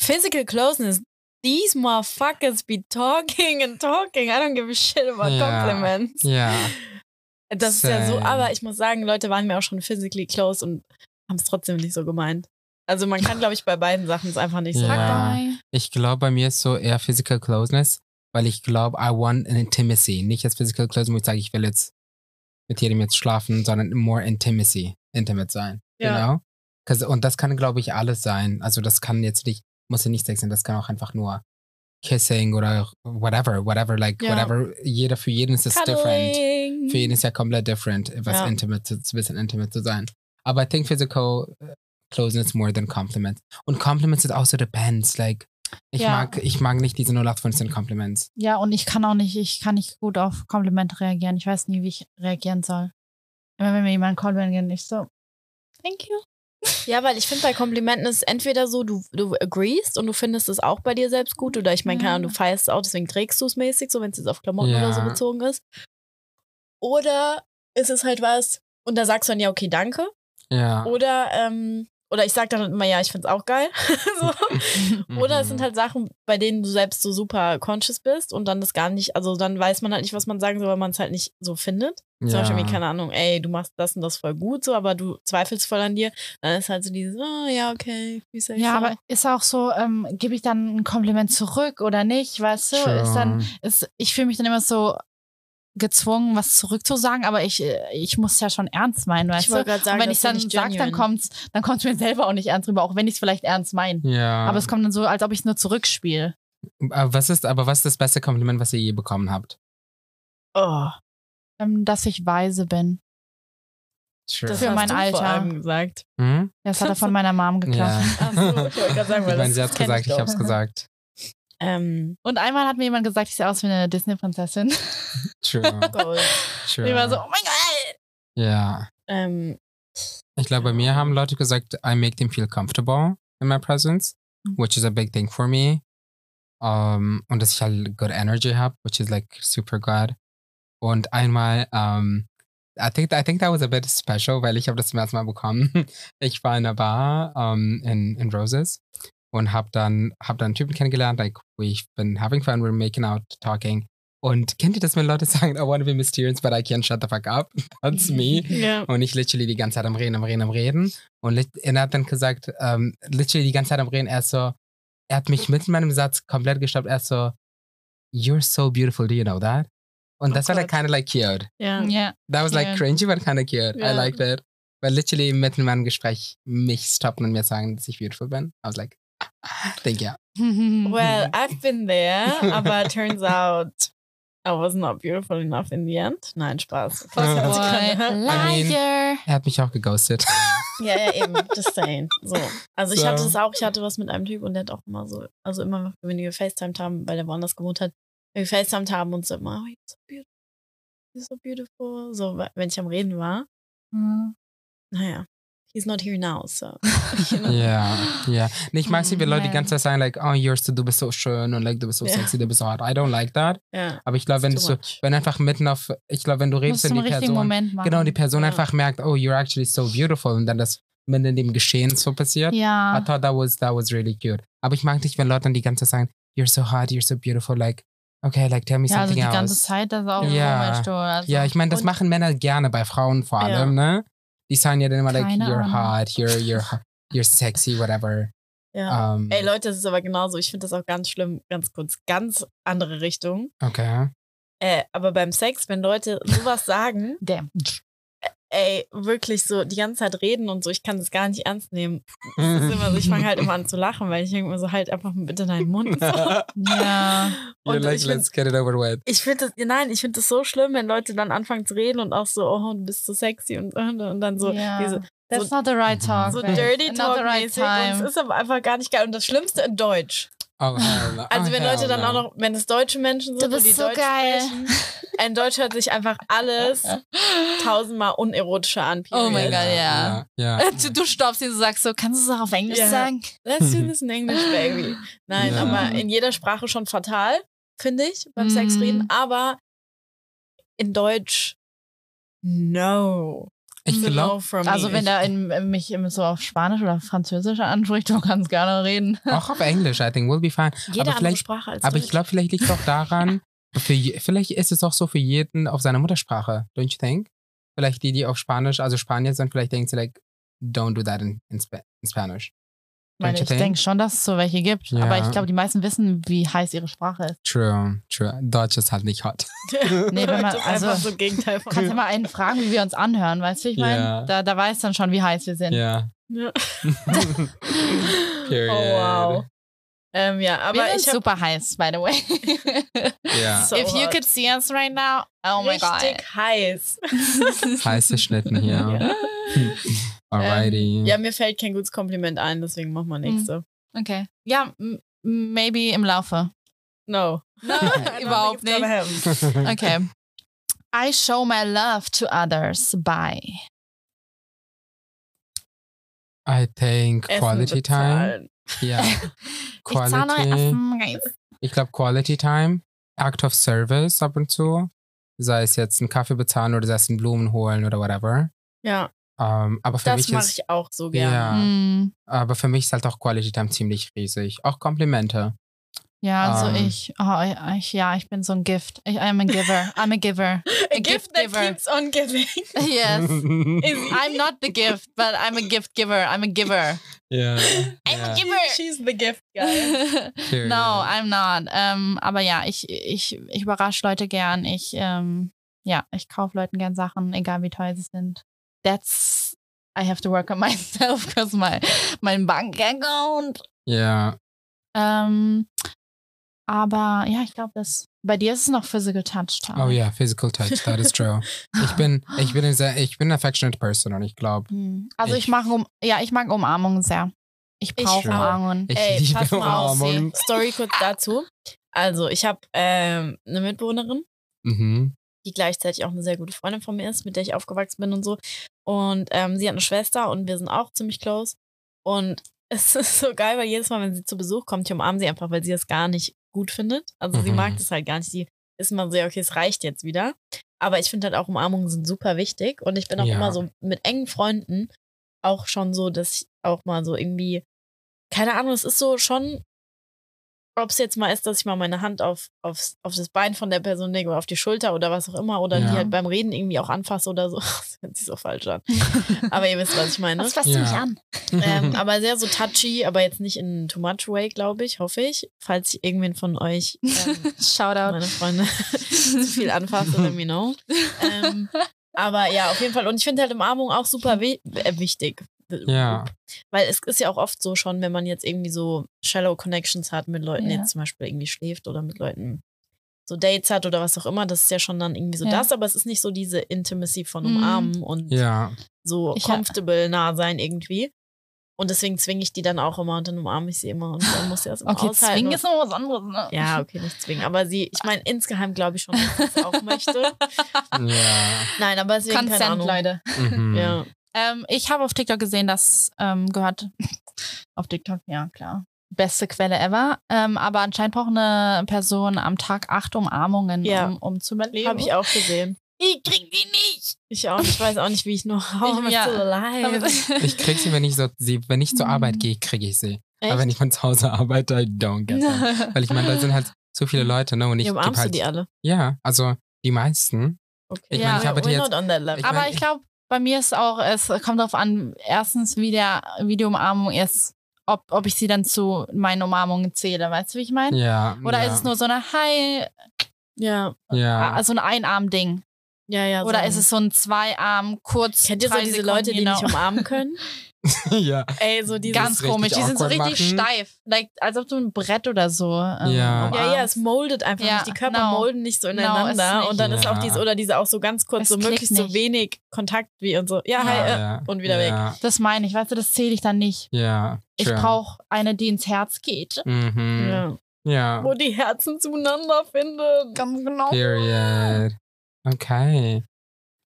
[SPEAKER 1] Physical closeness. These motherfuckers be talking and talking. I don't give a shit about
[SPEAKER 2] Ja.
[SPEAKER 1] compliments.
[SPEAKER 2] Ja.
[SPEAKER 1] Das ist ja so,
[SPEAKER 2] Same.
[SPEAKER 1] aber ich muss sagen, Leute waren mir auch schon physically close und haben es trotzdem nicht so gemeint. Also man kann, glaube ich, bei beiden Sachen es einfach nicht sagen.
[SPEAKER 2] Ja.
[SPEAKER 3] Bye.
[SPEAKER 2] Ich glaube, bei mir ist so eher Physical Closeness, weil ich glaube, I want an intimacy. Nicht als Physical Closeness, wo ich sage, ich will jetzt mit jedem jetzt schlafen, sondern more intimacy. Intimate sein.
[SPEAKER 1] Ja.
[SPEAKER 2] Genau. Und das kann, glaube ich, alles sein. Also, das kann jetzt nicht, muss ja nicht Sex sein, das kann auch einfach nur Kissing oder whatever, whatever, like,
[SPEAKER 1] Ja.
[SPEAKER 2] whatever. Jeder, für jeden ist es different.
[SPEAKER 1] Cuddling.
[SPEAKER 2] für jeden ist ja komplett different, was
[SPEAKER 1] Ja.
[SPEAKER 2] intimate zu, zu bisschen intimate zu sein. Aber I think physical äh, closeness more than compliments. Und compliments it also depends. Like, ich,
[SPEAKER 3] Ja.
[SPEAKER 2] mag, ich mag nicht diese 0815 Compliments.
[SPEAKER 3] Ja, und ich kann auch nicht, ich kann nicht gut auf Komplimente reagieren. Ich weiß nie, wie ich reagieren soll. Immer wenn mir jemand ein Kompliment gibt, ich so, thank you.
[SPEAKER 1] Ja, weil ich finde, bei Komplimenten ist entweder so, du, du agreest und du findest es auch bei dir selbst gut oder ich meine, keine Ahnung, du feierst es auch, deswegen trägst du es mäßig, so wenn es jetzt auf Klamotten
[SPEAKER 2] Ja.
[SPEAKER 1] oder so bezogen ist. Oder ist es halt was und da sagst du dann ja, okay, danke.
[SPEAKER 2] Ja.
[SPEAKER 1] Oder, ähm, oder ich sag dann immer, ja, ich find's auch geil. so. Oder
[SPEAKER 2] Mhm.
[SPEAKER 1] es sind halt Sachen, bei denen du selbst so super conscious bist und dann das gar nicht, also dann weiß man halt nicht, was man sagen soll, weil man es halt nicht so findet. Zum Beispiel, wie, keine Ahnung, ey, du machst das und das voll gut, so, aber du zweifelst voll an dir. Dann ist halt so dieses, oh ja, okay, wie soll ich
[SPEAKER 3] Ja,
[SPEAKER 1] sagen?
[SPEAKER 3] aber ist auch so, ähm, gebe ich dann ein Kompliment zurück oder nicht, weißt du? Ist dann, ist, ich fühle mich dann immer so gezwungen, was zurückzusagen, aber ich, äh, ich muss ja schon ernst meinen, weißt
[SPEAKER 1] ich
[SPEAKER 3] du?
[SPEAKER 1] wollte gerade sagen,
[SPEAKER 3] und wenn
[SPEAKER 1] das
[SPEAKER 3] ich dann
[SPEAKER 1] find
[SPEAKER 3] sage, dann
[SPEAKER 1] genuine.
[SPEAKER 3] kommt's, dann kommt's mir selber auch nicht ernst rüber, auch wenn ich es vielleicht ernst meine.
[SPEAKER 2] Ja.
[SPEAKER 3] Aber es kommt dann so, als ob ich es nur zurückspiele.
[SPEAKER 2] Aber was ist, aber was ist das beste Kompliment, was ihr je bekommen habt?
[SPEAKER 1] Oh,
[SPEAKER 3] Ähm, dass ich weise bin.
[SPEAKER 2] True.
[SPEAKER 1] das
[SPEAKER 3] Für
[SPEAKER 1] hast
[SPEAKER 3] mein
[SPEAKER 1] du
[SPEAKER 3] Alter.
[SPEAKER 1] Vor allem gesagt.
[SPEAKER 2] Hm?
[SPEAKER 3] Das hat er von meiner Mom geklaut.
[SPEAKER 2] Ja.
[SPEAKER 1] Ach so, ich wollte gerade sagen, weil
[SPEAKER 2] ich meine,
[SPEAKER 1] das
[SPEAKER 2] sie hat
[SPEAKER 1] kenn
[SPEAKER 2] gesagt, ich
[SPEAKER 1] doch.
[SPEAKER 2] hab's gesagt.
[SPEAKER 1] Ähm,
[SPEAKER 3] Und einmal hat mir jemand gesagt, ich sehe aus wie eine Disney-Prinzessin.
[SPEAKER 2] True.
[SPEAKER 1] Gold.
[SPEAKER 3] Ich war
[SPEAKER 2] True.
[SPEAKER 3] so, oh mein Gott.
[SPEAKER 2] Ja.
[SPEAKER 1] ähm,
[SPEAKER 2] Ich glaube, bei mir haben Leute gesagt, I make them feel comfortable in my presence, which is a big thing for me. Um, und dass ich halt good energy habe, which is like super good. Und einmal, um, I think, I think that was a bit special, weil ich habe das zum ersten Mal bekommen. Ich war in einer Bar um, in, in Roses und habe dann, hab dann einen Typen kennengelernt, like we've been having fun, we're making out, talking. Und kennt ihr das, wenn Leute sagen, I want to be mysterious, but I can't shut the fuck up? That's me.
[SPEAKER 1] ja.
[SPEAKER 2] Und ich literally die ganze Zeit am Reden, am Reden, am Reden. Und lit- er hat dann gesagt, ähm, literally die ganze Zeit am Reden, er ist so, er hat mich mit meinem Satz komplett gestoppt, er ist so, you're so beautiful, do you know that? Und
[SPEAKER 1] Oh
[SPEAKER 2] das war dann
[SPEAKER 1] Gott.
[SPEAKER 2] kind of like cute.
[SPEAKER 1] ja.
[SPEAKER 3] Ja.
[SPEAKER 2] That was like
[SPEAKER 3] Ja.
[SPEAKER 2] cringy, but kind of cute.
[SPEAKER 1] Ja.
[SPEAKER 2] I liked it. Weil literally mitten in meinem Gespräch mich stoppen und mir sagen, dass ich beautiful bin. I was like, thank you.
[SPEAKER 1] Well,
[SPEAKER 2] Mhm.
[SPEAKER 1] I've been there, aber turns out I was not beautiful enough in the end. Nein, Spaß.
[SPEAKER 3] Boy,
[SPEAKER 2] Fuck
[SPEAKER 1] Also keine-
[SPEAKER 3] liar.
[SPEAKER 2] Er hat mich auch geghostet.
[SPEAKER 1] ja, ja, eben. Just saying. So. Also ich
[SPEAKER 2] So.
[SPEAKER 1] hatte das auch, ich hatte was mit einem Typ und der hat auch immer so, also immer, wenn wir gefacetimed haben, weil der woanders gewohnt hat, wenn wir gefacetimed haben und so immer, oh, you're so beautiful. You're so beautiful. So, wa- wenn ich am Reden war, naja, he's not here now, so. Genau.
[SPEAKER 2] Ja, ja. Nee, Ich mag es,
[SPEAKER 3] Mm,
[SPEAKER 2] nicht, wenn Leute die
[SPEAKER 3] nein.
[SPEAKER 2] ganze Zeit sagen, like, oh, you're so, du bist so schön und like, du bist so
[SPEAKER 1] Ja.
[SPEAKER 2] sexy, du bist so hot. I don't like that.
[SPEAKER 1] Ja.
[SPEAKER 2] Aber ich glaube, wenn du so, wenn einfach mitten auf, ich glaube, wenn du redest
[SPEAKER 3] Musst du
[SPEAKER 2] und
[SPEAKER 3] im
[SPEAKER 2] die
[SPEAKER 3] richtigen
[SPEAKER 2] Person,
[SPEAKER 3] Moment machen.
[SPEAKER 2] genau, und die Person
[SPEAKER 1] Ja.
[SPEAKER 2] einfach merkt, oh, you're actually so beautiful und dann das mitten in dem Geschehen so passiert. I
[SPEAKER 3] Ja.
[SPEAKER 2] thought that was, that was really cute. Aber ich mag nicht, wenn Leute dann die ganze Zeit sagen, you're so hot, you're so beautiful, like, okay, like, tell me
[SPEAKER 3] Ja, also die
[SPEAKER 2] something
[SPEAKER 3] ganze
[SPEAKER 2] else.
[SPEAKER 3] Zeit, das ist auch
[SPEAKER 2] Ja.
[SPEAKER 3] komisch, du. Also,
[SPEAKER 2] Ja, ich meine, das
[SPEAKER 1] Und-
[SPEAKER 2] machen Männer gerne bei Frauen vor
[SPEAKER 1] Ja.
[SPEAKER 2] allem, ne? Die sagen ja dann immer, like,
[SPEAKER 3] Keine
[SPEAKER 2] you're
[SPEAKER 3] Ahnung.
[SPEAKER 2] hot, you're, you're, hot, you're sexy, whatever.
[SPEAKER 1] Ja.
[SPEAKER 2] Um,
[SPEAKER 1] Ey Leute, das ist aber genauso. Ich finde das auch ganz schlimm, ganz kurz, ganz andere Richtung.
[SPEAKER 2] Okay.
[SPEAKER 1] Äh, aber beim Sex, wenn Leute sowas sagen,
[SPEAKER 3] Damn.
[SPEAKER 1] ey, wirklich so die ganze Zeit reden und so, ich kann das gar nicht ernst nehmen. Das ist immer so, ich fange halt immer an zu lachen, weil ich denke mir so, halt einfach bitte deinen Mund. So.
[SPEAKER 3] Ja.
[SPEAKER 1] Und
[SPEAKER 2] You're like,
[SPEAKER 1] ich find-
[SPEAKER 2] let's get it over with.
[SPEAKER 1] ich finde das, nein, ich finde das so schlimm, wenn Leute dann anfangen zu reden und auch so, oh, du bist so sexy und, und, und dann so
[SPEAKER 3] Ja.
[SPEAKER 1] diese
[SPEAKER 3] That's not the right
[SPEAKER 2] Mhm.
[SPEAKER 3] talk.
[SPEAKER 1] so
[SPEAKER 3] babe.
[SPEAKER 1] dirty
[SPEAKER 3] Not
[SPEAKER 1] talk
[SPEAKER 3] the right
[SPEAKER 1] mäßig und
[SPEAKER 3] time.
[SPEAKER 1] es ist aber einfach gar nicht geil. Und das Schlimmste in Deutsch.
[SPEAKER 2] Oh, hell no.
[SPEAKER 1] Also
[SPEAKER 2] Oh,
[SPEAKER 1] wenn
[SPEAKER 2] hell
[SPEAKER 1] Leute dann
[SPEAKER 2] no.
[SPEAKER 1] auch noch, wenn es deutsche Menschen
[SPEAKER 3] Du
[SPEAKER 1] sind, und
[SPEAKER 3] bist
[SPEAKER 1] die
[SPEAKER 3] so
[SPEAKER 1] Deutsch
[SPEAKER 3] geil.
[SPEAKER 1] sprechen, in Deutsch hört sich einfach alles tausendmal unerotischer an.
[SPEAKER 3] Oh mein
[SPEAKER 1] period.
[SPEAKER 3] Gott, ja.
[SPEAKER 2] Ja. ja.
[SPEAKER 3] Du, du stoppst ihn und sagst so, kannst du es auch auf Englisch
[SPEAKER 1] Ja.
[SPEAKER 3] sagen?
[SPEAKER 1] Let's do this in English, baby. Nein,
[SPEAKER 2] Ja.
[SPEAKER 1] aber in jeder Sprache schon fatal, finde ich, beim
[SPEAKER 3] Mhm.
[SPEAKER 1] Sexreden. Aber in Deutsch, no.
[SPEAKER 2] Ich
[SPEAKER 1] no
[SPEAKER 2] glaube
[SPEAKER 1] from me.
[SPEAKER 3] Also wenn
[SPEAKER 1] ich,
[SPEAKER 3] er in, in mich immer so auf Spanisch oder Französisch anspricht, du kannst gerne reden.
[SPEAKER 2] auch auf Englisch, I think we'll be fine.
[SPEAKER 1] jede andere
[SPEAKER 2] vielleicht-
[SPEAKER 1] Sprache als
[SPEAKER 2] Aber
[SPEAKER 1] Deutsch.
[SPEAKER 2] ich glaube, vielleicht liegt es auch daran, für je, vielleicht ist es auch so für jeden auf seiner Muttersprache, don't you think? Vielleicht die, die auf Spanisch, also Spanier sind, vielleicht denken sie like, don't do that in, in, Spa in Spanish.
[SPEAKER 3] Ich meine,
[SPEAKER 2] Don't you
[SPEAKER 3] ich
[SPEAKER 2] think?
[SPEAKER 3] denke schon, dass es so welche gibt.
[SPEAKER 2] Ja.
[SPEAKER 3] Aber ich glaube, die meisten wissen, wie heiß ihre Sprache ist.
[SPEAKER 2] True, true. Deutsch ist halt nicht hot.
[SPEAKER 3] Nee, wenn man-
[SPEAKER 1] das ist
[SPEAKER 3] also-
[SPEAKER 1] einfach so das Gegenteil von
[SPEAKER 3] Du kannst ja mal einen fragen, wie wir uns anhören, weißt du, wie ich meine?
[SPEAKER 2] Ja.
[SPEAKER 3] Da, da weiß dann schon, wie heiß wir sind.
[SPEAKER 2] Ja.
[SPEAKER 1] Ja.
[SPEAKER 2] Period.
[SPEAKER 1] Oh, wow. Ähm, ja,
[SPEAKER 3] Wir
[SPEAKER 1] aber
[SPEAKER 3] sind
[SPEAKER 1] ich habe
[SPEAKER 3] super heiß, by the way.
[SPEAKER 2] Ja.
[SPEAKER 1] So
[SPEAKER 3] If you
[SPEAKER 1] hot.
[SPEAKER 3] could see us right now, oh my
[SPEAKER 1] richtig
[SPEAKER 3] god.
[SPEAKER 1] heiß.
[SPEAKER 2] Heiße Schnitten hier.
[SPEAKER 1] Ja. Ähm,
[SPEAKER 2] Alrighty.
[SPEAKER 1] ja, mir fällt kein gutes Kompliment ein, deswegen machen wir
[SPEAKER 3] Mhm.
[SPEAKER 1] nächste.
[SPEAKER 3] Okay. Ja, m- maybe im Laufe.
[SPEAKER 1] No. No,
[SPEAKER 3] überhaupt nicht. Okay. I show my love to others by.
[SPEAKER 2] I think
[SPEAKER 1] Essen
[SPEAKER 2] quality time.
[SPEAKER 1] bezahlen.
[SPEAKER 2] Ja.
[SPEAKER 3] Ich zahle euch
[SPEAKER 2] Quality.
[SPEAKER 3] Affen, guys.
[SPEAKER 2] Ich glaube, Quality Time, Act of Service ab und zu. Sei es jetzt einen Kaffee bezahlen oder sei es einen Blumen holen oder whatever.
[SPEAKER 1] Ja,
[SPEAKER 2] Ähm, aber, für
[SPEAKER 1] das
[SPEAKER 2] mich
[SPEAKER 1] mache
[SPEAKER 2] ist,
[SPEAKER 1] ich auch so gerne. Mhm.
[SPEAKER 2] ja,
[SPEAKER 3] Hm.
[SPEAKER 2] aber für mich ist halt auch Quality Time ziemlich riesig. Auch Komplimente.
[SPEAKER 3] Ja, also
[SPEAKER 2] Ähm.
[SPEAKER 3] ich, oh, ich, ja, ich bin so ein Gift. Ich, I'm a giver. I'm a giver.
[SPEAKER 1] A
[SPEAKER 3] A
[SPEAKER 1] gift
[SPEAKER 3] gift
[SPEAKER 1] that
[SPEAKER 3] giver.
[SPEAKER 1] keeps on giving.
[SPEAKER 3] Yes.
[SPEAKER 1] Is
[SPEAKER 3] I'm not the gift, but I'm a gift giver. I'm a giver.
[SPEAKER 2] ja.
[SPEAKER 3] I'm a
[SPEAKER 2] ja.
[SPEAKER 3] giver.
[SPEAKER 1] She's the gift
[SPEAKER 2] Period.
[SPEAKER 3] no, I'm not. Ähm, aber ja, ich, ich, ich überrasche Leute gern. Ich, ähm, ja, ich kaufe Leuten gern Sachen, egal wie teuer sie sind. That's, I have to work on myself, because my, mein Bankaccount.
[SPEAKER 2] Ja.
[SPEAKER 3] Ähm, aber ja, ich glaube, das, bei dir ist es noch physical touch. Tara.
[SPEAKER 2] Oh ja, Physical Touch, that is true. ich bin, ich bin ein sehr, ich bin an affectionate person und ich glaube,
[SPEAKER 3] Hm. Also ich,
[SPEAKER 2] Ich-
[SPEAKER 3] mag um, ja, ich mag Umarmungen sehr. Ich
[SPEAKER 1] Ich
[SPEAKER 3] brauche
[SPEAKER 2] schwöre.
[SPEAKER 3] Umarmungen.
[SPEAKER 2] Ich
[SPEAKER 1] Ey, pass
[SPEAKER 2] liebe
[SPEAKER 1] mal auf,
[SPEAKER 2] Umarmungen.
[SPEAKER 1] Story kurz dazu. Also, ich habe ähm, eine Mitbewohnerin,
[SPEAKER 2] Mhm.
[SPEAKER 1] die gleichzeitig auch eine sehr gute Freundin von mir ist, mit der ich aufgewachsen bin und so. Und ähm, sie hat eine Schwester und wir sind auch ziemlich close. Und es ist so geil, weil jedes Mal, wenn sie zu Besuch kommt, ich umarme sie einfach, weil sie das gar nicht gut findet. Also sie
[SPEAKER 2] Mhm.
[SPEAKER 1] mag das halt gar nicht. Sie ist immer so, ja, okay, es reicht jetzt wieder. Aber ich finde halt auch Umarmungen sind super wichtig. Und ich bin auch
[SPEAKER 2] Ja.
[SPEAKER 1] immer so mit engen Freunden auch schon so, dass ich auch mal so irgendwie, keine Ahnung, es ist so schon, ob es jetzt mal ist, dass ich mal meine Hand auf, aufs, auf das Bein von der Person lege oder auf die Schulter oder was auch immer oder
[SPEAKER 2] Ja.
[SPEAKER 1] die halt beim Reden irgendwie auch anfasse oder so. Das hört sich so falsch an. Aber ihr wisst, was ich meine.
[SPEAKER 3] Das fasst
[SPEAKER 2] Ja.
[SPEAKER 3] mich an.
[SPEAKER 1] Ähm, aber sehr so touchy, aber jetzt nicht in too much way, glaube ich, hoffe ich. Falls ich irgendwen von euch, ähm,
[SPEAKER 3] Shoutout.
[SPEAKER 1] meine Freunde, zu viel anfasse, let me know. Ähm, aber ja, auf jeden Fall. Und ich finde halt Umarmung auch super wi- äh, wichtig.
[SPEAKER 2] Ja.
[SPEAKER 1] Weil es ist ja auch oft so schon, wenn man jetzt irgendwie so shallow Connections hat mit Leuten,
[SPEAKER 3] Ja.
[SPEAKER 1] jetzt zum Beispiel irgendwie schläft oder mit Leuten so Dates hat oder was auch immer, das ist ja schon dann irgendwie so
[SPEAKER 3] Ja.
[SPEAKER 1] das, aber es ist nicht so diese Intimacy von
[SPEAKER 3] Mhm.
[SPEAKER 1] Umarmen und
[SPEAKER 2] Ja.
[SPEAKER 1] so
[SPEAKER 3] Ich ha-
[SPEAKER 1] comfortable nah sein irgendwie. Und deswegen zwinge ich die dann auch immer und dann umarme ich sie immer und dann muss sie das immer
[SPEAKER 3] Okay,
[SPEAKER 1] aushalten.
[SPEAKER 3] zwingen ist noch was anderes. Ne?
[SPEAKER 1] und, halt ja, okay, nicht zwingen. Aber sie, ich meine, insgeheim glaube ich schon, dass sie es auch möchte.
[SPEAKER 2] Ja.
[SPEAKER 1] Nein, aber deswegen keine
[SPEAKER 3] Consent,
[SPEAKER 1] Ahnung.
[SPEAKER 3] Leute.
[SPEAKER 2] Mhm.
[SPEAKER 1] Ja.
[SPEAKER 3] Ähm, ich habe auf TikTok gesehen, dass ähm, gehört. auf TikTok, ja, klar. Beste Quelle ever. Ähm, aber anscheinend braucht eine Person am Tag acht Umarmungen,
[SPEAKER 1] Ja.
[SPEAKER 3] um, um zu überleben.
[SPEAKER 1] Habe ich auch gesehen.
[SPEAKER 3] Ich krieg die nicht.
[SPEAKER 1] Ich auch. Ich weiß auch nicht, wie ich noch. Oh,
[SPEAKER 3] Ich- ja.
[SPEAKER 1] I'm still alive.
[SPEAKER 2] Ich krieg sie, wenn ich so sie, wenn ich zur
[SPEAKER 3] Mhm.
[SPEAKER 2] Arbeit gehe, kriege ich sie.
[SPEAKER 1] Echt?
[SPEAKER 2] Aber wenn ich von zu Hause arbeite, I don't get them. Weil ich meine, da sind halt so viele Leute, ne? Und ich
[SPEAKER 1] Ja,
[SPEAKER 2] geb
[SPEAKER 1] umarmst du
[SPEAKER 2] halt,
[SPEAKER 1] die alle?
[SPEAKER 2] Ja, also die meisten.
[SPEAKER 1] Okay.
[SPEAKER 2] Ich
[SPEAKER 3] Ja. meine, ich
[SPEAKER 2] arbeite
[SPEAKER 1] We're
[SPEAKER 2] jetzt-
[SPEAKER 1] not on that level.
[SPEAKER 2] Ich
[SPEAKER 3] Aber
[SPEAKER 2] mein,
[SPEAKER 3] ich glaube, bei mir ist auch, es kommt darauf an, erstens, wie der wie die Umarmung ist, ob, ob ich sie dann zu meinen Umarmungen zähle. Weißt du, wie ich meine?
[SPEAKER 2] Ja.
[SPEAKER 3] Oder
[SPEAKER 2] ja,
[SPEAKER 3] ist es nur so eine Hi,
[SPEAKER 1] ja,
[SPEAKER 2] Ja.
[SPEAKER 3] also ein Einarm-Ding?
[SPEAKER 1] ja, ja.
[SPEAKER 3] Oder
[SPEAKER 1] so.
[SPEAKER 3] ist es so ein Zweiarm, kurz?
[SPEAKER 1] Kennt ihr so
[SPEAKER 3] drei
[SPEAKER 1] diese
[SPEAKER 3] Sekunden,
[SPEAKER 1] Leute, die
[SPEAKER 3] genau.
[SPEAKER 1] nicht umarmen können?
[SPEAKER 2] ja.
[SPEAKER 1] Ey, so diese.
[SPEAKER 3] Ganz
[SPEAKER 2] richtig
[SPEAKER 3] komisch, die sind so
[SPEAKER 2] awkward
[SPEAKER 3] richtig
[SPEAKER 2] machen?
[SPEAKER 3] steif. Like, als ob du ein Brett oder so.
[SPEAKER 1] Ja,
[SPEAKER 2] Ja.
[SPEAKER 3] Ähm,
[SPEAKER 1] ja,
[SPEAKER 3] umarmst.
[SPEAKER 1] es moldet einfach
[SPEAKER 3] Ja,
[SPEAKER 1] nicht. Die Körper
[SPEAKER 3] no.
[SPEAKER 1] molden nicht so
[SPEAKER 3] No,
[SPEAKER 1] ineinander.
[SPEAKER 3] ist nicht.
[SPEAKER 1] und dann ist auch
[SPEAKER 2] Ja.
[SPEAKER 1] diese, oder diese auch so ganz kurz,
[SPEAKER 3] Es
[SPEAKER 1] so
[SPEAKER 3] klickt
[SPEAKER 1] möglichst so
[SPEAKER 3] nicht.
[SPEAKER 1] wenig Kontakt wie und so. Ja, hi.
[SPEAKER 2] ja,
[SPEAKER 1] äh.
[SPEAKER 2] ja.
[SPEAKER 1] und wieder weg.
[SPEAKER 2] ja.
[SPEAKER 3] Das meine ich, weißt du, das zähle ich dann nicht.
[SPEAKER 2] Ja.
[SPEAKER 3] Ich
[SPEAKER 2] true.
[SPEAKER 3] brauche eine, die ins Herz geht.
[SPEAKER 2] Mhm. Ja.
[SPEAKER 1] Ja. Wo die Herzen zueinander finden.
[SPEAKER 3] Ganz genau.
[SPEAKER 2] Period. Okay.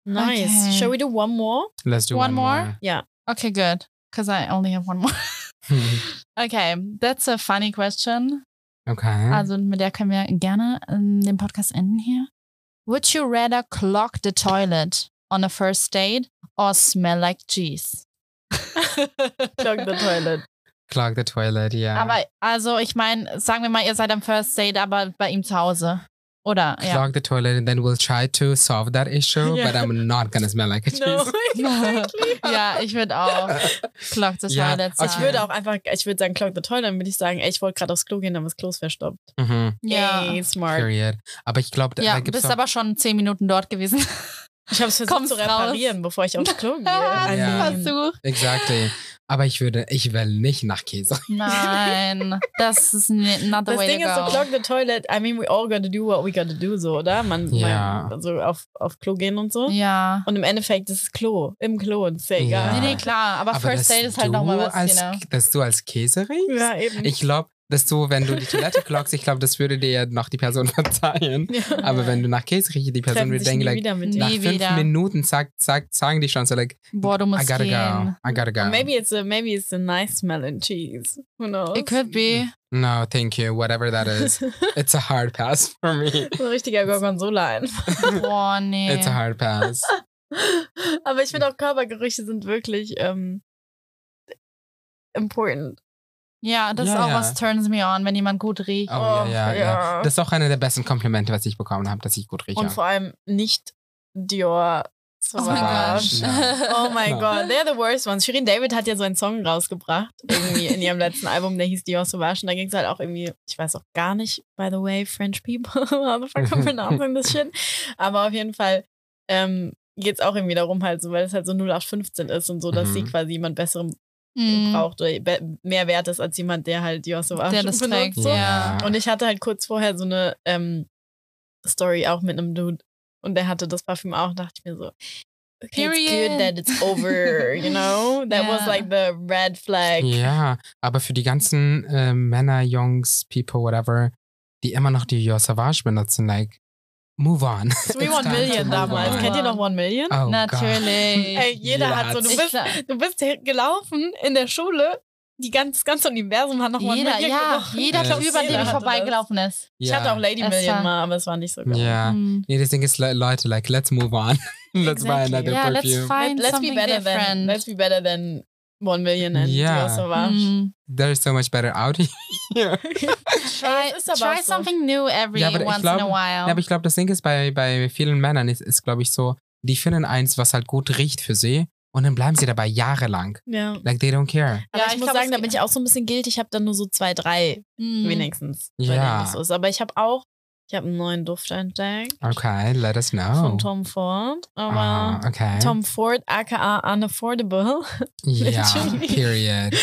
[SPEAKER 1] Nice.
[SPEAKER 3] Okay.
[SPEAKER 1] Shall we do one more?
[SPEAKER 2] Let's do
[SPEAKER 3] One
[SPEAKER 2] one,
[SPEAKER 3] more?
[SPEAKER 2] more.
[SPEAKER 3] Okay, good. Because I only have one more. Okay, that's a funny question.
[SPEAKER 2] okay.
[SPEAKER 3] Also mit der können wir gerne ähm, den Podcast enden hier. Would you rather clog the toilet on a first date or smell like cheese?
[SPEAKER 1] Plug the toilet.
[SPEAKER 2] Clog the toilet, ja.
[SPEAKER 3] Aber also ich meine, sagen wir mal, ihr seid am first date, aber bei ihm zu Hause. Oder? Ja.
[SPEAKER 2] Clog the toilet and then we'll try to solve that issue,
[SPEAKER 1] Yeah.
[SPEAKER 2] but I'm not gonna smell like a cheese.
[SPEAKER 1] No.
[SPEAKER 3] ja, ich würde auch clog the
[SPEAKER 2] Ja, okay.
[SPEAKER 3] toilet sagen.
[SPEAKER 1] Ich würde auch einfach, ich würde sagen, clog the toilet, dann würde ich sagen, ey, ich wollte gerade aufs Klo gehen, aber das Klo ist verstopft.
[SPEAKER 2] Mhm.
[SPEAKER 3] Ja,
[SPEAKER 1] Ey, smart.
[SPEAKER 2] Period. Aber ich glaube, da,
[SPEAKER 3] ja
[SPEAKER 2] da
[SPEAKER 3] du
[SPEAKER 2] gibt's
[SPEAKER 3] bist
[SPEAKER 2] auch,
[SPEAKER 3] aber schon zehn Minuten dort gewesen.
[SPEAKER 1] Ich habe es versucht
[SPEAKER 3] Kommst
[SPEAKER 1] zu reparieren, bevor ich aufs Klo gehe. I
[SPEAKER 2] Ja.
[SPEAKER 1] mean,
[SPEAKER 3] Versuch.
[SPEAKER 2] Exactly. Aber ich würde, ich will nicht nach Käse.
[SPEAKER 3] Nein, das ist n- not the
[SPEAKER 1] Das
[SPEAKER 3] way
[SPEAKER 1] Ding
[SPEAKER 3] to
[SPEAKER 1] ist so,
[SPEAKER 3] go.
[SPEAKER 1] clog the toilet. I mean, we all gotta do what we gotta do, so, oder? Man,
[SPEAKER 2] Ja.
[SPEAKER 1] man also auf, auf Klo gehen und so.
[SPEAKER 3] ja.
[SPEAKER 1] Und im Endeffekt ist es Klo. Im Klo, und ist ja
[SPEAKER 2] Ja.
[SPEAKER 1] egal.
[SPEAKER 3] Nee, nee, klar, aber, First Date ist halt nochmal was,
[SPEAKER 2] als,
[SPEAKER 3] genau.
[SPEAKER 2] Dass du als Käse riechst?
[SPEAKER 1] Ja, eben.
[SPEAKER 2] Ich glaube, dass du, wenn du die Toilette klockst, ich glaube, das würde dir ja noch die Person verzeihen.
[SPEAKER 1] ja.
[SPEAKER 2] Aber wenn du nach Käse riechst, die Person
[SPEAKER 1] Treffen
[SPEAKER 2] würde
[SPEAKER 1] sich nie
[SPEAKER 2] denken, like,
[SPEAKER 1] wieder mit dir.
[SPEAKER 2] nach
[SPEAKER 3] Nie
[SPEAKER 2] fünf
[SPEAKER 3] wieder.
[SPEAKER 2] Minuten sagt, sagt, sagen die schon so, like,
[SPEAKER 3] Boah, du
[SPEAKER 2] I
[SPEAKER 3] musst
[SPEAKER 2] gotta
[SPEAKER 3] gehen.
[SPEAKER 2] go. I gotta go.
[SPEAKER 1] Maybe it's a maybe it's a nice smell in cheese. Who knows?
[SPEAKER 3] It could be.
[SPEAKER 2] No, thank you, whatever that is. It's a hard pass for me.
[SPEAKER 1] so ein richtiger Gorgonzola ein.
[SPEAKER 3] Boah, nee.
[SPEAKER 2] It's a hard pass.
[SPEAKER 1] Aber ich finde auch Körpergerüche sind wirklich ähm, important.
[SPEAKER 3] Ja, das ist
[SPEAKER 2] Ja,
[SPEAKER 3] auch
[SPEAKER 2] ja.
[SPEAKER 3] was turns me on, wenn jemand gut riecht.
[SPEAKER 2] Oh, ja, ja,
[SPEAKER 1] ja.
[SPEAKER 2] ja. Das ist auch einer der besten Komplimente, was ich bekommen habe, dass ich gut rieche.
[SPEAKER 1] Und vor allem nicht Dior.
[SPEAKER 3] Oh
[SPEAKER 2] mein
[SPEAKER 1] Sauvage.
[SPEAKER 2] gosh.
[SPEAKER 1] Oh my
[SPEAKER 2] Ja.
[SPEAKER 1] God, they're the worst ones. Shirin David hat ja so einen Song rausgebracht, irgendwie in ihrem letzten Album, der hieß Dior Sauvage. Und da ging es halt auch irgendwie, ich weiß auch gar nicht, by the way, French people, how the fuck I'm pronouncing this shit. Aber auf jeden Fall ähm, geht es auch irgendwie darum, halt so, weil es halt so 0815 ist und so, dass
[SPEAKER 2] Mhm.
[SPEAKER 1] sie quasi jemand Besserem
[SPEAKER 3] Mhm.
[SPEAKER 1] braucht oder be- mehr wert ist als jemand, der halt Dior Sauvage
[SPEAKER 3] Der das
[SPEAKER 1] benutzt.
[SPEAKER 3] trägt.
[SPEAKER 1] So.
[SPEAKER 2] Oh
[SPEAKER 3] Ja.
[SPEAKER 1] Und ich hatte halt kurz vorher so eine ähm, Story auch mit einem Dude und der hatte das Parfüm auch, dachte ich mir so, okay, it's
[SPEAKER 3] Period.
[SPEAKER 1] good that it's over, you know? That was
[SPEAKER 3] Yeah.
[SPEAKER 1] like the red flag.
[SPEAKER 2] Ja, aber für die ganzen äh, Männer, Jungs, People, whatever, die immer noch die Your Savage benutzen, like, move on.
[SPEAKER 1] Three
[SPEAKER 2] It's
[SPEAKER 1] One
[SPEAKER 2] time to
[SPEAKER 1] Million
[SPEAKER 2] move
[SPEAKER 1] damals.
[SPEAKER 2] on.
[SPEAKER 1] Kennt ihr noch One Million?
[SPEAKER 2] Oh, God.
[SPEAKER 3] Natürlich.
[SPEAKER 1] Ey, jeder hat so, du
[SPEAKER 2] Yes.
[SPEAKER 1] bist, du bist gelaufen in der Schule, die ganz, das ganze Universum hat noch One
[SPEAKER 3] jeder,
[SPEAKER 1] Million
[SPEAKER 3] ja,
[SPEAKER 1] gerochen.
[SPEAKER 3] jeder
[SPEAKER 2] Ja.
[SPEAKER 3] Typ, an
[SPEAKER 2] Jeder
[SPEAKER 3] dem ich
[SPEAKER 2] hatte
[SPEAKER 3] vorbeigelaufen ist.
[SPEAKER 1] Ich hatte auch Lady
[SPEAKER 3] Es war-
[SPEAKER 1] Million mal, aber es war nicht so geil.
[SPEAKER 2] Ja.
[SPEAKER 3] Hm.
[SPEAKER 2] Nee, das Ding ist, le- Leute, like, let's move on. let's buy
[SPEAKER 1] Exactly.
[SPEAKER 2] another
[SPEAKER 3] Yeah, let's
[SPEAKER 2] perfume.
[SPEAKER 3] find
[SPEAKER 1] Let's be
[SPEAKER 3] something
[SPEAKER 1] better than
[SPEAKER 3] different.
[SPEAKER 1] Let's be better than One Million and
[SPEAKER 2] Ja.
[SPEAKER 1] Dior Sauvage.
[SPEAKER 3] Hm.
[SPEAKER 2] There's so much better out here.
[SPEAKER 3] Try,
[SPEAKER 1] Es ist aber
[SPEAKER 3] try
[SPEAKER 1] auch so.
[SPEAKER 3] something new every
[SPEAKER 2] Ja, aber ich
[SPEAKER 3] once in a
[SPEAKER 2] glaube-
[SPEAKER 3] while.
[SPEAKER 2] Ja, aber ich glaube, das Ding ist, bei, bei vielen Männern ist, ist glaube ich, so, die finden eins, was halt gut riecht für sie und dann bleiben sie dabei jahrelang.
[SPEAKER 1] Ja. Aber
[SPEAKER 2] Like, they don't care.
[SPEAKER 3] Ja,
[SPEAKER 1] ich,
[SPEAKER 3] ich
[SPEAKER 1] muss
[SPEAKER 3] glaub,
[SPEAKER 1] sagen,
[SPEAKER 3] es
[SPEAKER 1] da
[SPEAKER 3] geht-
[SPEAKER 1] bin ich auch so ein bisschen guilty. Ich habe da nur so zwei, drei
[SPEAKER 3] Hm.
[SPEAKER 1] wenigstens.
[SPEAKER 2] Ja.
[SPEAKER 1] Bei denen das so ist. Aber ich habe auch, ich habe einen neuen Duft entdeckt
[SPEAKER 2] Okay, let us know.
[SPEAKER 1] von Tom Ford. Aber
[SPEAKER 2] Oh. Ah, okay.
[SPEAKER 1] Tom Ford, aka Unaffordable.
[SPEAKER 2] ja,
[SPEAKER 1] Entschuldigung.
[SPEAKER 2] period.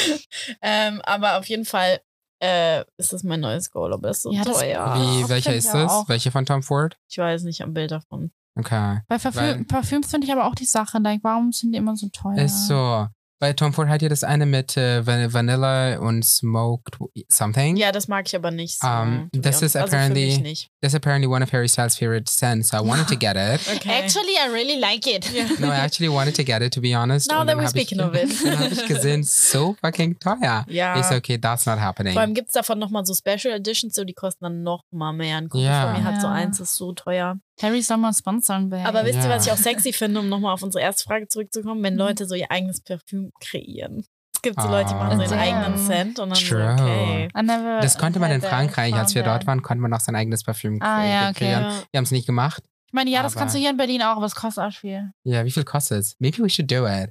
[SPEAKER 1] ähm, aber auf jeden Fall äh, ist das mein neues Goal, aber es ist so
[SPEAKER 3] Ja, das-
[SPEAKER 1] teuer.
[SPEAKER 2] Wie,
[SPEAKER 3] das
[SPEAKER 2] welcher
[SPEAKER 3] find
[SPEAKER 2] ist
[SPEAKER 3] ich
[SPEAKER 2] das?
[SPEAKER 3] auch.
[SPEAKER 2] Welche von Tom Ford?
[SPEAKER 1] Ich weiß nicht, am Bild davon.
[SPEAKER 2] Okay.
[SPEAKER 3] Bei Parfü
[SPEAKER 2] Weil-
[SPEAKER 3] Parfüms finde ich aber auch die Sache, like, warum sind die immer so teuer?
[SPEAKER 2] Ist so. Bei Tom Ford hat ihr das eine mit äh, Van- Vanilla und Smoked Something.
[SPEAKER 1] Ja, das mag ich aber nicht. So,
[SPEAKER 2] Um,
[SPEAKER 1] to be
[SPEAKER 2] this is
[SPEAKER 1] honest. also für mich
[SPEAKER 2] apparently-
[SPEAKER 1] nicht.
[SPEAKER 2] That's apparently one of Harry Styles' favorite scents. I wanted to get it.
[SPEAKER 1] Okay.
[SPEAKER 3] Actually, I really like it.
[SPEAKER 2] No, I actually wanted to get it, to be honest.
[SPEAKER 1] Now
[SPEAKER 2] Und
[SPEAKER 1] that
[SPEAKER 2] dann
[SPEAKER 1] we're
[SPEAKER 2] hab ich-
[SPEAKER 1] speaking of it.
[SPEAKER 2] Dann habe ich gesehen, so fucking teuer.
[SPEAKER 1] ja.
[SPEAKER 2] Ist okay, that's not happening.
[SPEAKER 1] Vor allem gibt es davon nochmal so Special Editions, so die kosten dann nochmal mehr. Ein Kumpel
[SPEAKER 2] Ja.
[SPEAKER 1] von mir hat so
[SPEAKER 3] Ja.
[SPEAKER 1] eins, das ist so teuer.
[SPEAKER 3] Harry soll mal sponsern werden.
[SPEAKER 1] Aber wisst ihr,
[SPEAKER 2] Ja.
[SPEAKER 1] was ich auch sexy finde, um nochmal auf unsere erste Frage zurückzukommen,
[SPEAKER 3] Mhm.
[SPEAKER 1] wenn Leute so ihr eigenes Parfüm kreieren. Es gibt so Leute, die machen so ihren
[SPEAKER 3] Ah.
[SPEAKER 1] eigenen Scent und dann
[SPEAKER 2] True.
[SPEAKER 1] so, okay.
[SPEAKER 3] I never
[SPEAKER 2] das konnte man in
[SPEAKER 3] had that
[SPEAKER 2] Frankreich, als wir
[SPEAKER 3] found
[SPEAKER 2] dort
[SPEAKER 3] that.
[SPEAKER 2] waren, konnte man auch sein eigenes Parfüm
[SPEAKER 3] Ah,
[SPEAKER 2] kre-
[SPEAKER 3] ja, okay.
[SPEAKER 2] kreieren.
[SPEAKER 1] Ja.
[SPEAKER 2] Wir haben es nicht gemacht.
[SPEAKER 3] Ich meine, ja, das
[SPEAKER 2] Aber-
[SPEAKER 3] kannst du hier in Berlin auch, aber es kostet auch viel.
[SPEAKER 2] Ja, wie viel kostet es? Maybe we should do it.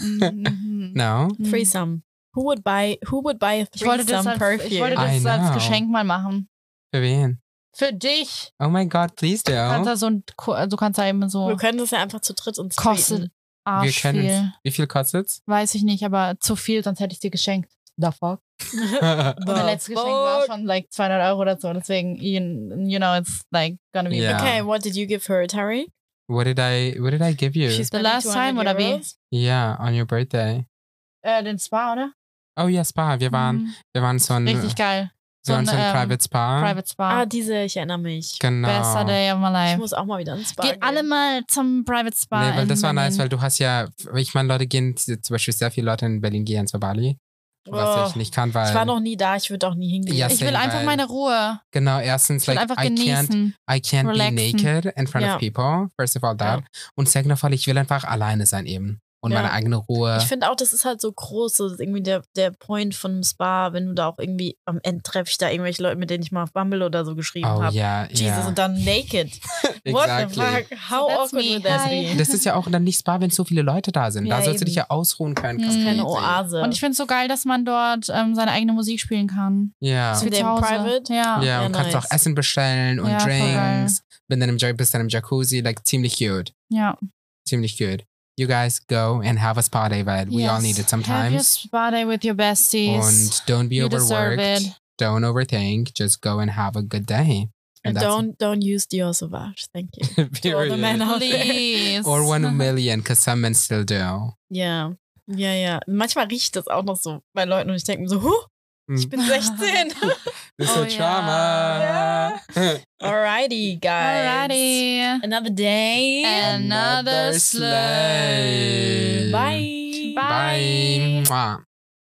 [SPEAKER 3] Mhm.
[SPEAKER 2] No?
[SPEAKER 3] Mhm.
[SPEAKER 1] Threesome. Who would buy, who would buy a
[SPEAKER 3] Ich wollte das,
[SPEAKER 1] threesome
[SPEAKER 3] als, ich wollte
[SPEAKER 1] perfume?
[SPEAKER 2] I
[SPEAKER 3] das als
[SPEAKER 2] know.
[SPEAKER 3] Geschenk mal machen.
[SPEAKER 2] Für wen?
[SPEAKER 3] Für dich.
[SPEAKER 2] Oh my god, please do.
[SPEAKER 3] Kannst da so ein, Ko- also kannst da eben so
[SPEAKER 2] Ah.
[SPEAKER 1] Wir können das ja einfach zu dritt uns
[SPEAKER 3] Kostet-
[SPEAKER 1] treaten.
[SPEAKER 2] Wir
[SPEAKER 3] Arsch
[SPEAKER 2] können es.
[SPEAKER 3] viel.
[SPEAKER 2] Wie viel kostet es?
[SPEAKER 3] Weiß ich nicht, aber zu viel, sonst hätte ich dir geschenkt. The fuck? Und mein letztes Geschenk war schon like 200 Euro oder so, deswegen, you, you know, it's like gonna be
[SPEAKER 2] Ja.
[SPEAKER 1] Okay, what did you give her, Terry?
[SPEAKER 2] What did I What did I give you?
[SPEAKER 1] She's
[SPEAKER 3] The
[SPEAKER 1] spending
[SPEAKER 3] last time,
[SPEAKER 1] 200
[SPEAKER 3] oder wie?
[SPEAKER 1] Euros.
[SPEAKER 2] yeah, on your birthday.
[SPEAKER 3] äh, den Spa, oder?
[SPEAKER 2] Oh ja, Spa. Wir waren,
[SPEAKER 3] Mhm.
[SPEAKER 2] wir waren so ein,
[SPEAKER 3] Richtig geil.
[SPEAKER 2] wir waren so ein,
[SPEAKER 3] ähm,
[SPEAKER 2] Private Spa.
[SPEAKER 3] Private Spa.
[SPEAKER 1] Ah, diese, ich erinnere mich.
[SPEAKER 2] genau.
[SPEAKER 3] Bester Day of my
[SPEAKER 1] Ich
[SPEAKER 3] life.
[SPEAKER 1] muss auch mal wieder ins Spa.
[SPEAKER 3] Geht
[SPEAKER 1] gehen.
[SPEAKER 3] alle mal zum Private Spa.
[SPEAKER 2] Nee, weil
[SPEAKER 3] in
[SPEAKER 2] das war nice, weil
[SPEAKER 3] Berlin.
[SPEAKER 2] du hast ja, ich meine, Leute gehen, z- zum Beispiel sehr viele Leute in Berlin gehen zu Bali, was
[SPEAKER 1] Oh.
[SPEAKER 2] ich nicht kann, weil,
[SPEAKER 1] Ich war noch nie da, ich würde auch nie hingehen.
[SPEAKER 2] Ja,
[SPEAKER 3] ich will
[SPEAKER 2] deswegen,
[SPEAKER 3] einfach
[SPEAKER 2] weil-
[SPEAKER 3] meine Ruhe.
[SPEAKER 2] genau, erstens,
[SPEAKER 3] Ich will
[SPEAKER 2] like,
[SPEAKER 3] einfach
[SPEAKER 2] I can't,
[SPEAKER 3] genießen.
[SPEAKER 2] I can't
[SPEAKER 3] relaxen.
[SPEAKER 2] be naked in front
[SPEAKER 1] Ja.
[SPEAKER 2] of people, first of all that. Und second of all, ich will einfach alleine sein eben und
[SPEAKER 1] Ja.
[SPEAKER 2] meine eigene Ruhe.
[SPEAKER 1] Ich finde auch, das ist halt so groß, so das ist irgendwie der, der Point von einem Spa, wenn du da auch irgendwie am Ende treffe ich da irgendwelche Leute, mit denen ich mal auf Bumble oder so geschrieben
[SPEAKER 2] oh
[SPEAKER 1] habe.
[SPEAKER 2] ja,
[SPEAKER 1] Jesus,
[SPEAKER 2] ja.
[SPEAKER 1] und dann naked. What the
[SPEAKER 2] exactly.
[SPEAKER 1] fuck? How
[SPEAKER 3] So, that's
[SPEAKER 1] awkward
[SPEAKER 3] me.
[SPEAKER 1] would that
[SPEAKER 3] Hi.
[SPEAKER 1] be?
[SPEAKER 2] Das ist ja auch dann nicht Spa, wenn so viele Leute da sind.
[SPEAKER 1] Ja,
[SPEAKER 2] da sollst du
[SPEAKER 1] eben.
[SPEAKER 2] dich ja ausruhen können.
[SPEAKER 3] Mhm.
[SPEAKER 2] completely.
[SPEAKER 1] Keine Oase.
[SPEAKER 3] Und ich finde es so geil, dass man dort ähm, seine eigene Musik spielen kann.
[SPEAKER 2] Ja.
[SPEAKER 3] So
[SPEAKER 1] In
[SPEAKER 3] wie zu
[SPEAKER 1] dem
[SPEAKER 3] Hause.
[SPEAKER 1] Private?
[SPEAKER 3] Ja.
[SPEAKER 2] Ja,
[SPEAKER 1] Ja,
[SPEAKER 2] und kannst
[SPEAKER 1] nice.
[SPEAKER 2] auch Essen bestellen und
[SPEAKER 3] Ja, voll geil.
[SPEAKER 2] Drinks. Bin dann im, Ja- bist dann im Jacuzzi, like ziemlich cute.
[SPEAKER 3] ja.
[SPEAKER 2] Ziemlich cute. You guys go and have a spa day, weil we all
[SPEAKER 3] Yes.
[SPEAKER 2] need it
[SPEAKER 3] Have your
[SPEAKER 2] sometimes.
[SPEAKER 3] spa day with your besties.
[SPEAKER 2] Und don't be
[SPEAKER 3] You deserve
[SPEAKER 2] overworked.
[SPEAKER 3] it.
[SPEAKER 2] Don't overthink. Just go and have a good day.
[SPEAKER 1] And
[SPEAKER 2] And
[SPEAKER 1] don't, don't use Dior Sauvage. Thank you.
[SPEAKER 2] that's
[SPEAKER 1] To all the men
[SPEAKER 2] period.
[SPEAKER 1] out there.
[SPEAKER 3] Please.
[SPEAKER 2] Or one million, because some men still do.
[SPEAKER 1] Ja. Ja, ja. Manchmal riecht das auch noch so bei Leuten und ich denke mir so, huh,
[SPEAKER 2] Hm.
[SPEAKER 1] ich bin 16.
[SPEAKER 2] This
[SPEAKER 3] Oh,
[SPEAKER 2] is a trauma.
[SPEAKER 1] Alrighty, guys.
[SPEAKER 3] Alrighty.
[SPEAKER 1] Another day.
[SPEAKER 3] Another slay.
[SPEAKER 1] Bye.
[SPEAKER 3] Äh. Bye.
[SPEAKER 2] Bye. Mwah.